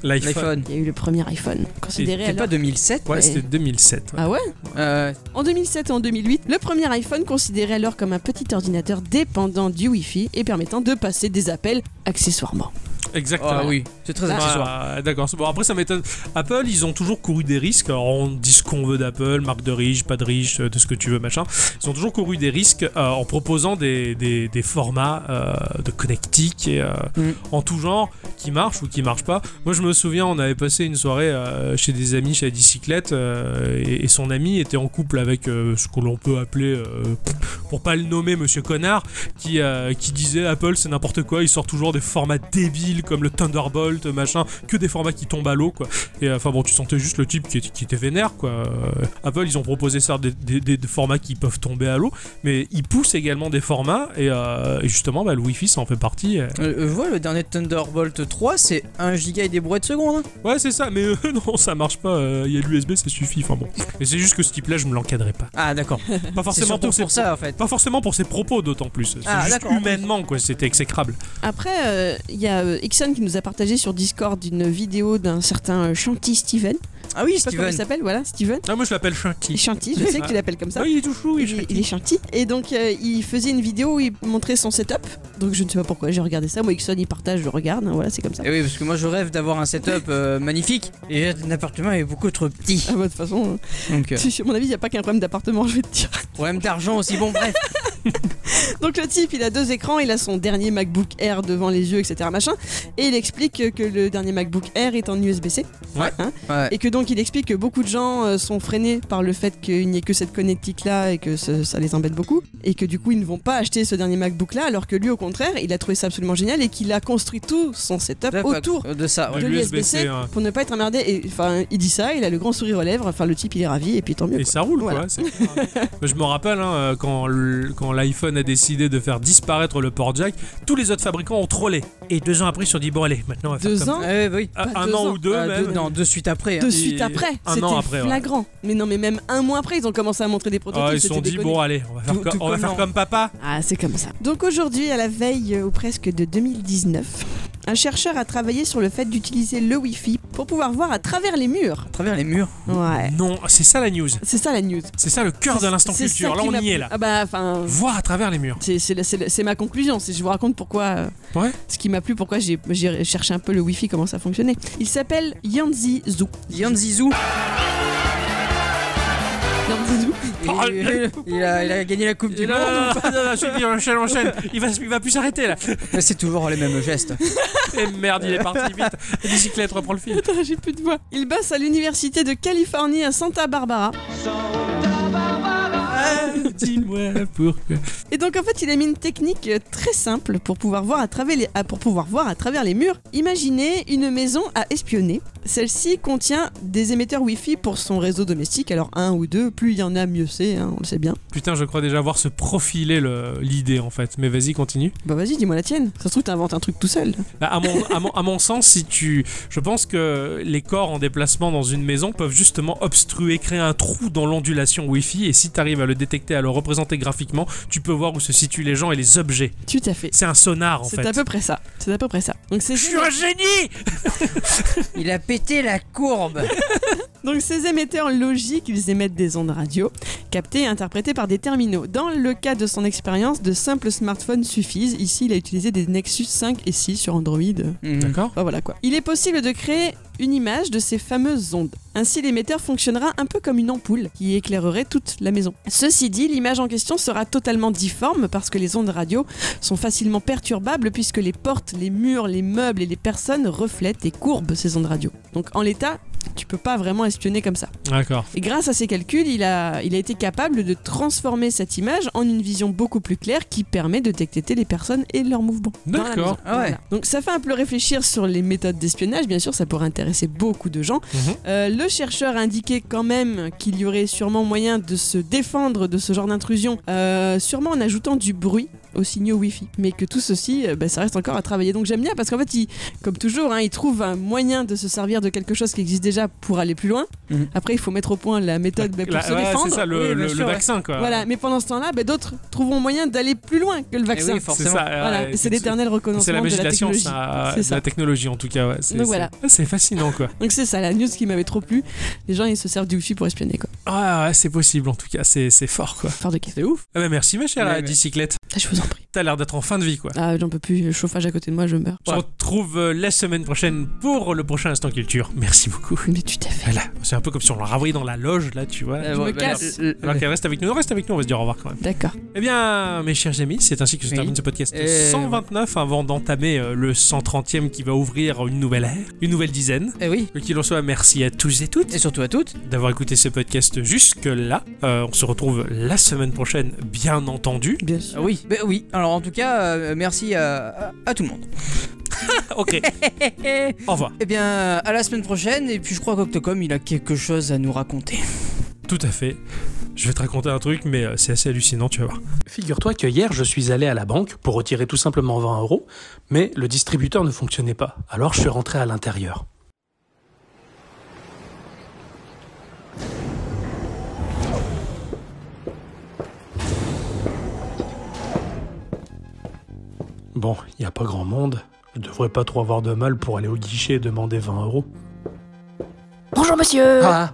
Speaker 1: L'iPhone.
Speaker 4: L'iPhone.
Speaker 2: il y a eu le premier iPhone. Considéré
Speaker 4: C'est
Speaker 2: alors...
Speaker 4: pas 2007
Speaker 1: Ouais,
Speaker 2: Ouais.
Speaker 1: c'était 2007. ouais.
Speaker 2: Ah ouais
Speaker 4: Euh,
Speaker 2: En 2007 et en 2008, le premier iPhone considéré alors comme un petit ordinateur dépendant du Wi-Fi et permettant de passer des appels accessoirement.
Speaker 1: Exactement.
Speaker 4: Ah oui, c'est très
Speaker 2: Bah.
Speaker 1: Ouais,
Speaker 4: accessoire.
Speaker 1: ouais, D'accord. Bon, après, ça m'étonne. Apple, ils ont toujours couru des risques. Alors, on dit ce qu'on veut d'Apple, marque de riche, pas de riche, euh, de ce que tu veux, machin. Ils ont toujours couru des risques euh, en proposant des, des- des formats euh, de connectique et, euh,
Speaker 4: Mm.
Speaker 1: en tout genre qui marchent ou qui marchent pas. Moi, je me souviens, on avait passé une soirée euh, chez des amis chez la bicyclette euh, et, et son ami était en couple avec euh, ce que l'on peut appeler, euh, pour pas le nommer, Monsieur Connard, qui, euh, qui disait Apple, c'est n'importe quoi. Ils sortent toujours des formats débiles comme le Thunderbolt, machin, que des formats qui tombent à l'eau, quoi. Et enfin bon, tu sentais juste le type qui, était- qui était vénère, quoi. Euh, Apple, ils ont proposé ça, des, des- des- des formats qui peuvent tomber à l'eau, mais ils poussent également des formats, et, euh, et justement, bah, le Wi-Fi, ça en fait partie. euh.
Speaker 4: Euh, euh, voilà, le dernier Thunderbolt 3, c'est 1 giga et des brouettes secondes. hein.
Speaker 1: Ouais, c'est ça, mais euh, [LAUGHS] non, ça marche pas, euh, il y a l'USB, ça suffit, enfin bon. Mais c'est juste que ce type-là, je me l'encadrais pas.
Speaker 4: Ah, d'accord.
Speaker 1: Pas
Speaker 4: C'est
Speaker 1: forcément
Speaker 4: surtout
Speaker 1: pour, ses
Speaker 4: pour ça, en fait.
Speaker 1: Pas forcément pour ses propos, d'autant plus. C'est
Speaker 4: Ah,
Speaker 1: juste
Speaker 4: d'accord.
Speaker 1: humainement, quoi, c'était exécrable.
Speaker 2: Après, euh, il y a euh, Ixon qui nous a partagé sur Discord une vidéo d'un certain euh, Chanty Steven.
Speaker 4: Ah oui,
Speaker 2: Je sais pas comment il
Speaker 4: Steven.
Speaker 2: s'appelle, voilà, Steven.
Speaker 1: Ah, moi, je l'appelle Shanky.
Speaker 2: Chanty, je sais que tu l'appelles comme ça.
Speaker 1: Ah, il est tout chou, il est
Speaker 2: il, est-
Speaker 1: Shanky.
Speaker 2: il est chanty. Et donc, euh, il faisait une vidéo où il montrait son setup. Donc, je ne sais pas pourquoi j'ai regardé ça. Moi, Ixon, il partage, je regarde. hein, Voilà, c'est comme ça.
Speaker 4: Eh oui, parce que moi je rêve d'avoir un setup euh, magnifique et un appartement est beaucoup trop petit.
Speaker 2: [LAUGHS] Ah bah, de toute façon, euh, [LAUGHS]
Speaker 4: Donc, euh,
Speaker 2: à mon avis, il n'y a pas qu'un problème d'appartement, je vais te dire. [LAUGHS]
Speaker 4: problème d'argent aussi. Bon, bref.
Speaker 2: Donc le type, il a deux écrans, il a son dernier MacBook Air devant les yeux, etc. Machin, et il explique que le dernier MacBook Air est en USB-C.
Speaker 1: Ouais.
Speaker 2: Hein,
Speaker 4: Ouais.
Speaker 2: et que donc il explique que beaucoup de gens euh, sont freinés par le fait qu'il n'y ait que cette connectique-là et que ce- ça les embête beaucoup. Et que du coup, ils ne vont pas acheter ce dernier MacBook-là, alors que lui, au contraire, il a trouvé ça absolument génial et qu'il a construit tout son setup autour
Speaker 4: de ça. ouais.
Speaker 1: Ouais,
Speaker 2: de
Speaker 1: l'USB-C,
Speaker 2: l'USB-C
Speaker 1: hein.
Speaker 2: pour ne pas être emmerdé. Et enfin, il dit ça, il a le grand sourire aux lèvres. Enfin, le type, il est ravi et puis tant mieux.
Speaker 1: Et ça roule, quoi.
Speaker 2: Voilà.
Speaker 1: c'est [LAUGHS] clair. Moi, je me rappelle, hein, euh, quand, l- quand l'iPhone a décidé de faire disparaître le port jack, tous les autres fabricants ont trollé. Et deux ans après, ils se sont dit, bon, allez, maintenant, on va faire
Speaker 2: Deux
Speaker 1: comme
Speaker 2: ans.
Speaker 4: Ah ouais, bah oui.
Speaker 1: Ah,
Speaker 2: pas
Speaker 1: un
Speaker 2: deux
Speaker 1: an
Speaker 2: ans.
Speaker 1: ou deux,
Speaker 4: Ah,
Speaker 1: même.
Speaker 4: deux- non, de suite après. hein.
Speaker 2: De
Speaker 1: Et-
Speaker 2: suite après,
Speaker 1: un an
Speaker 2: c'était
Speaker 1: après, ouais.
Speaker 2: flagrant. Mais non, mais même un mois après, ils ont commencé à montrer des prototypes.
Speaker 1: Ah, ils se
Speaker 2: c'était
Speaker 1: sont dit,
Speaker 2: déconné.
Speaker 1: bon, allez, on va faire,
Speaker 4: Tout-
Speaker 1: co-
Speaker 4: tout
Speaker 1: on va
Speaker 4: comme
Speaker 1: faire
Speaker 4: dans-
Speaker 1: comme papa.
Speaker 2: Ah, c'est comme ça. Donc aujourd'hui, à la veille euh, ou presque de 2019, un chercheur a travaillé sur le fait d'utiliser le Wi-Fi pour pouvoir voir à travers les murs.
Speaker 4: À travers les murs.
Speaker 2: Ouais.
Speaker 1: Non, c'est ça la news.
Speaker 2: C'est ça la news.
Speaker 1: C'est ça le cœur de l'instant
Speaker 2: C'est ça
Speaker 1: culture. Là,
Speaker 2: qui
Speaker 1: on
Speaker 2: m'a
Speaker 1: y
Speaker 2: plu.
Speaker 1: est, là.
Speaker 2: Ah bah, enfin.
Speaker 1: Voir à travers les murs.
Speaker 2: C'est- C'est la- c'est la- c'est ma conclusion, c'est je vous raconte pourquoi, euh,
Speaker 1: Ouais.
Speaker 2: ce qui m'a plu, pourquoi j'ai j'ai cherché un peu le Wi-Fi, comment ça fonctionnait. Il s'appelle Yanzi Zhu.
Speaker 4: Yanzizou.
Speaker 2: Yanzi [LAUGHS] Zhu.
Speaker 4: Il, il- euh, il a, il a gagné la Coupe du
Speaker 1: Non, non,
Speaker 4: Monde.
Speaker 1: non, non, non, je te dis, enchaîne, enchaîne. Il va, il va plus s'arrêter, là.
Speaker 4: Mais C'est toujours les mêmes gestes.
Speaker 1: Et merde, il est parti vite. Bicyclette, reprend le fil.
Speaker 2: Putain, j'ai plus de voix. Il bosse à l'université de Californie à Santa Barbara.
Speaker 1: Ah, Dis-moi pourquoi.
Speaker 2: Et donc en fait, il a mis une technique euh, très simple pour pouvoir voir à travers les, ah, pour pouvoir voir à travers les murs. Imaginez une maison à espionner. Celle-ci contient des émetteurs Wi-Fi pour son réseau domestique. Alors un ou deux, plus il y en a, mieux c'est. hein, on le sait bien.
Speaker 1: Putain, je crois déjà voir se profiler le- l'idée, en fait. Mais vas-y, continue.
Speaker 2: Bah vas-y, dis-moi la tienne. Ça se trouve, t'inventes un truc tout seul.
Speaker 1: Bah, à, mon, à, mon, à mon sens, si tu, je pense que les corps en déplacement dans une maison peuvent justement obstruer, créer un trou dans l'ondulation Wi-Fi, et si tu arrives à le détecter, à le représenter graphiquement, tu peux voir où se situent les gens et les objets.
Speaker 2: Tout à fait.
Speaker 1: C'est un sonar en
Speaker 2: C'est
Speaker 1: fait.
Speaker 2: à peu près ça. C'est à peu près ça. Donc c'est
Speaker 1: Je suis un génie
Speaker 4: Il a pété la courbe.
Speaker 2: Donc ces émetteurs logiques, ils émettent des ondes radio, captées et interprétées par des terminaux. Dans le cas de son expérience, de simples smartphones suffisent. Ici, il a utilisé des Nexus 5 et 6 sur Android.
Speaker 4: Mhm.
Speaker 1: D'accord
Speaker 2: Enfin, Bah, voilà quoi. Il est possible de créer une image de ces fameuses ondes. Ainsi, l'émetteur fonctionnera un peu comme une ampoule qui éclairerait toute la maison. Ceci dit, l'image en question sera totalement difforme parce que les ondes radio sont facilement perturbables puisque les portes, les murs, les meubles et les personnes reflètent et courbent ces ondes radio. Donc en l'état, tu peux pas vraiment espionner comme ça.
Speaker 1: D'accord.
Speaker 2: Et grâce à ses calculs, il a, il a été capable de transformer cette image en une vision beaucoup plus claire qui permet de détecter les personnes et leurs mouvements. dans la
Speaker 1: D'accord.
Speaker 2: maison.
Speaker 4: Ah ouais.
Speaker 2: Donc ça fait un peu réfléchir sur les méthodes d'espionnage, bien sûr, ça pourrait intéresser beaucoup de gens.
Speaker 1: Mhm.
Speaker 2: Euh, le chercheur a indiqué quand même qu'il y aurait sûrement moyen de se défendre de ce genre d'intrusion, euh, sûrement en ajoutant du bruit aux signaux Wi-Fi. Mais que tout ceci, euh, bah, ça reste encore à travailler. Donc j'aime bien parce qu'en fait, il, comme toujours, hein, il trouve un moyen de se servir de quelque chose qui existe déjà pour aller plus loin.
Speaker 4: Mhm.
Speaker 2: Après, il faut mettre au point la méthode bah, pour
Speaker 1: Là,
Speaker 2: se
Speaker 1: ouais,
Speaker 2: défendre.
Speaker 1: c'est ça le,
Speaker 4: Oui, bien
Speaker 1: le- euh.
Speaker 4: sûr,
Speaker 1: le
Speaker 4: ouais.
Speaker 1: vaccin quoi.
Speaker 2: Voilà, mais pendant ce temps-là, bah, d'autres trouveront moyen d'aller plus loin que le
Speaker 4: Eh
Speaker 2: vaccin.
Speaker 4: oui,
Speaker 1: C'est
Speaker 4: forcément.
Speaker 1: ça. euh,
Speaker 2: voilà,
Speaker 1: ouais,
Speaker 2: c'est l'éternel
Speaker 1: C'est
Speaker 2: reconnaissement
Speaker 1: la
Speaker 2: de la
Speaker 1: méditation,
Speaker 2: technologie.
Speaker 1: ça,
Speaker 2: C'est
Speaker 1: de la
Speaker 2: ça.
Speaker 1: technologie en tout cas. Ouais. C'est
Speaker 2: Donc
Speaker 1: c'est-
Speaker 2: voilà.
Speaker 1: Ah, c'est fascinant quoi.
Speaker 2: Donc c'est ça la news qui m'avait trop plu. Les gens ils se servent du wifi pour espionner quoi.
Speaker 1: Ah, ouais, c'est possible en tout cas, c'est c'est fort quoi.
Speaker 2: Faire de kiff.
Speaker 4: C'est ouf.
Speaker 1: Ah, bah, merci ma chère
Speaker 4: Ouais,
Speaker 1: euh,
Speaker 4: ouais.
Speaker 1: bicyclette.
Speaker 2: Ah, je vous en prie.
Speaker 1: T'as l'air d'être en fin de vie quoi.
Speaker 2: Ah j'en peux plus, le chauffage à côté de moi je meurs.
Speaker 1: On se retrouve euh, la semaine prochaine pour le prochain Instant Culture. Merci beaucoup. [LAUGHS]
Speaker 2: Mais tu t'es fait.
Speaker 1: Voilà, c'est un peu comme si on l'a renvoyé dans la loge, là, tu vois.
Speaker 4: Euh,
Speaker 2: Je
Speaker 4: ouais,
Speaker 2: me
Speaker 4: bah,
Speaker 2: casse.
Speaker 4: euh, euh,
Speaker 1: Alors qu'elle reste avec nous, reste avec nous, on va se dire au revoir quand même.
Speaker 2: D'accord.
Speaker 1: Eh bien, mes chers amis, c'est ainsi que se
Speaker 4: Oui. Euh,
Speaker 1: termine ce podcast
Speaker 4: Et
Speaker 1: 129 avant d'entamer euh, le 130e qui va ouvrir une nouvelle ère, une nouvelle dizaine.
Speaker 4: Eh oui.
Speaker 1: Quoi Qu'il en soit, merci à tous et toutes
Speaker 4: Et surtout à toutes.
Speaker 1: d'avoir écouté ce podcast jusque-là. Euh, on se retrouve la semaine prochaine, bien entendu.
Speaker 2: Bien sûr.
Speaker 4: Ah oui. Bah oui. Alors en tout cas, euh, merci à, à- à tout le monde.
Speaker 1: [LAUGHS]
Speaker 11: ok. Au revoir.
Speaker 4: Eh bien, à la semaine prochaine, et puis je crois qu'Octocom, il a quelque chose à nous raconter.
Speaker 11: Tout à fait. Je vais te raconter un truc, mais euh, c'est assez hallucinant, tu vas voir.
Speaker 1: Figure-toi que hier, je suis allé à la banque pour retirer tout simplement 20 euros, mais le distributeur ne fonctionnait pas. Alors je suis rentré à l'intérieur. Bon, il n'y a pas grand monde. Je devrais pas trop avoir de mal pour aller au guichet et demander 20 euros.
Speaker 7: Bonjour monsieur
Speaker 1: Ah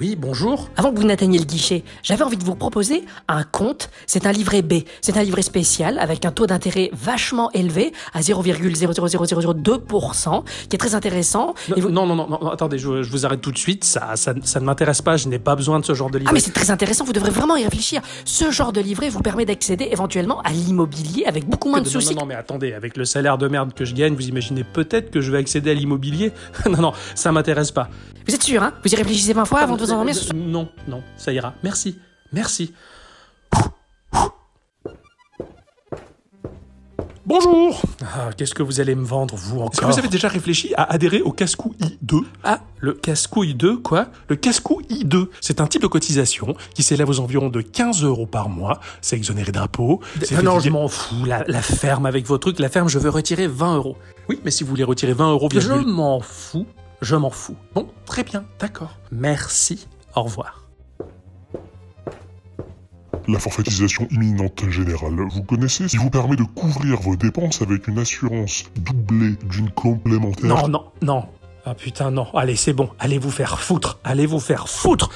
Speaker 1: Oui, bonjour
Speaker 7: Avant que vous n'atteigniez le guichet, j'avais envie de vous proposer un compte. C'est un livret B. C'est un livret spécial avec un taux d'intérêt vachement élevé à 0,00002%, qui est très intéressant.
Speaker 1: Non,
Speaker 7: Et vous-
Speaker 1: non, non, non, non, attendez, je, je vous arrête tout de suite, ça, ça, ça ne m'intéresse pas, je n'ai pas besoin de ce genre de livre.
Speaker 7: Ah mais c'est très intéressant, vous devrez vraiment y réfléchir. Ce genre de livret vous permet d'accéder éventuellement à l'immobilier avec beaucoup moins de
Speaker 1: Eh ben non,
Speaker 7: soucis.
Speaker 1: non, non, mais attendez, avec le salaire de merde que je gagne, vous imaginez peut-être que je vais accéder à l'immobilier [LAUGHS] Non, non, ça m'intéresse pas.
Speaker 7: Vous êtes sûr, hein Vous y réfléchissez 20 fois avant de vous
Speaker 1: Euh,
Speaker 7: endormir
Speaker 1: euh,
Speaker 7: ce soir
Speaker 1: Non, non, ça ira. Merci, merci. Bonjour Ah, Qu'est-ce que vous allez me vendre, vous encore
Speaker 12: Est-ce que vous avez déjà réfléchi à adhérer au casse-cou I2
Speaker 1: Ah, le casse-couille 2, quoi
Speaker 12: Le casse-cou I2, c'est un type de cotisation qui s'élève aux environs de 15 euros par mois. C'est exonéré d'impôts. c'est
Speaker 1: Ah non, je
Speaker 12: rédigé-
Speaker 1: m'en fous, la, la ferme avec vos trucs, la ferme, je veux retirer 20 euros.
Speaker 12: Oui, mais si vous voulez retirer 20 euros,
Speaker 1: Je
Speaker 12: virgule-
Speaker 1: m'en fous, je m'en fous.
Speaker 12: Bon, très bien, d'accord.
Speaker 1: Merci, au revoir.
Speaker 13: La forfaitisation imminente générale, vous connaissez, qui vous permet de couvrir vos dépenses avec une assurance doublée d'une complémentaire.
Speaker 1: Non, non, non. Ah putain, non. Allez, c'est bon. Allez vous faire foutre. Allez vous faire foutre.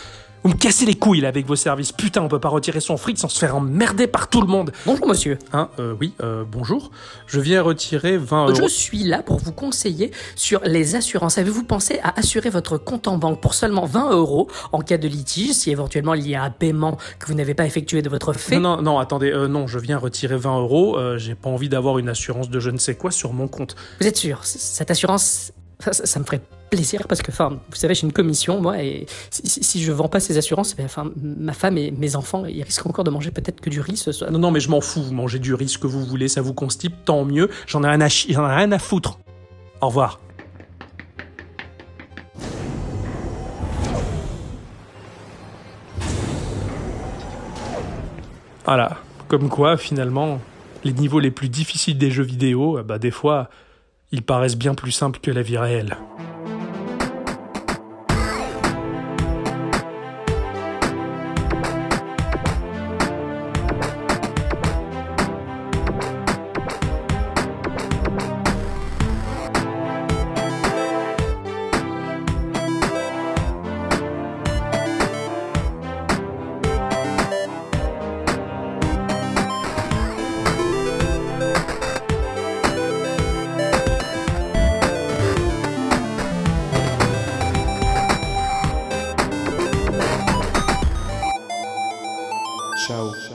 Speaker 1: Vous me cassez les couilles là avec vos services. Putain, on peut pas retirer son fric sans se faire emmerder par tout le monde.
Speaker 7: Bonjour monsieur.
Speaker 1: Hein, euh, oui, euh, bonjour. Je viens retirer 20
Speaker 7: Je
Speaker 1: euros.
Speaker 7: suis là pour vous conseiller sur les assurances. Avez-vous pensé à assurer votre compte en banque pour seulement 20 euros en cas de litige, si éventuellement il y a un paiement que vous n'avez pas effectué de votre fait
Speaker 1: Non, non, non, attendez, euh, non, je viens retirer 20 euros, euh, j'ai pas envie d'avoir une assurance de je ne sais quoi sur mon compte.
Speaker 7: Vous êtes sûr c- Cette assurance, ça, ça- ça me ferait plaisir parce que, enfin, vous savez, j'ai une commission, moi, et si, si- si je vends pas ces assurances, ben, enfin, ma femme et mes enfants, ils risquent encore de manger peut-être que du riz ce soir.
Speaker 1: Ah Non, non, mais je m'en fous, vous mangez du riz ce que vous voulez, ça vous constipe, tant mieux, j'en ai, rien à chi- j'en ai rien à foutre. Au revoir. Voilà, comme quoi finalement, les niveaux les plus difficiles des jeux vidéo, euh, bah des fois, ils paraissent bien plus simples que la vie réelle.
Speaker 14: Ciao.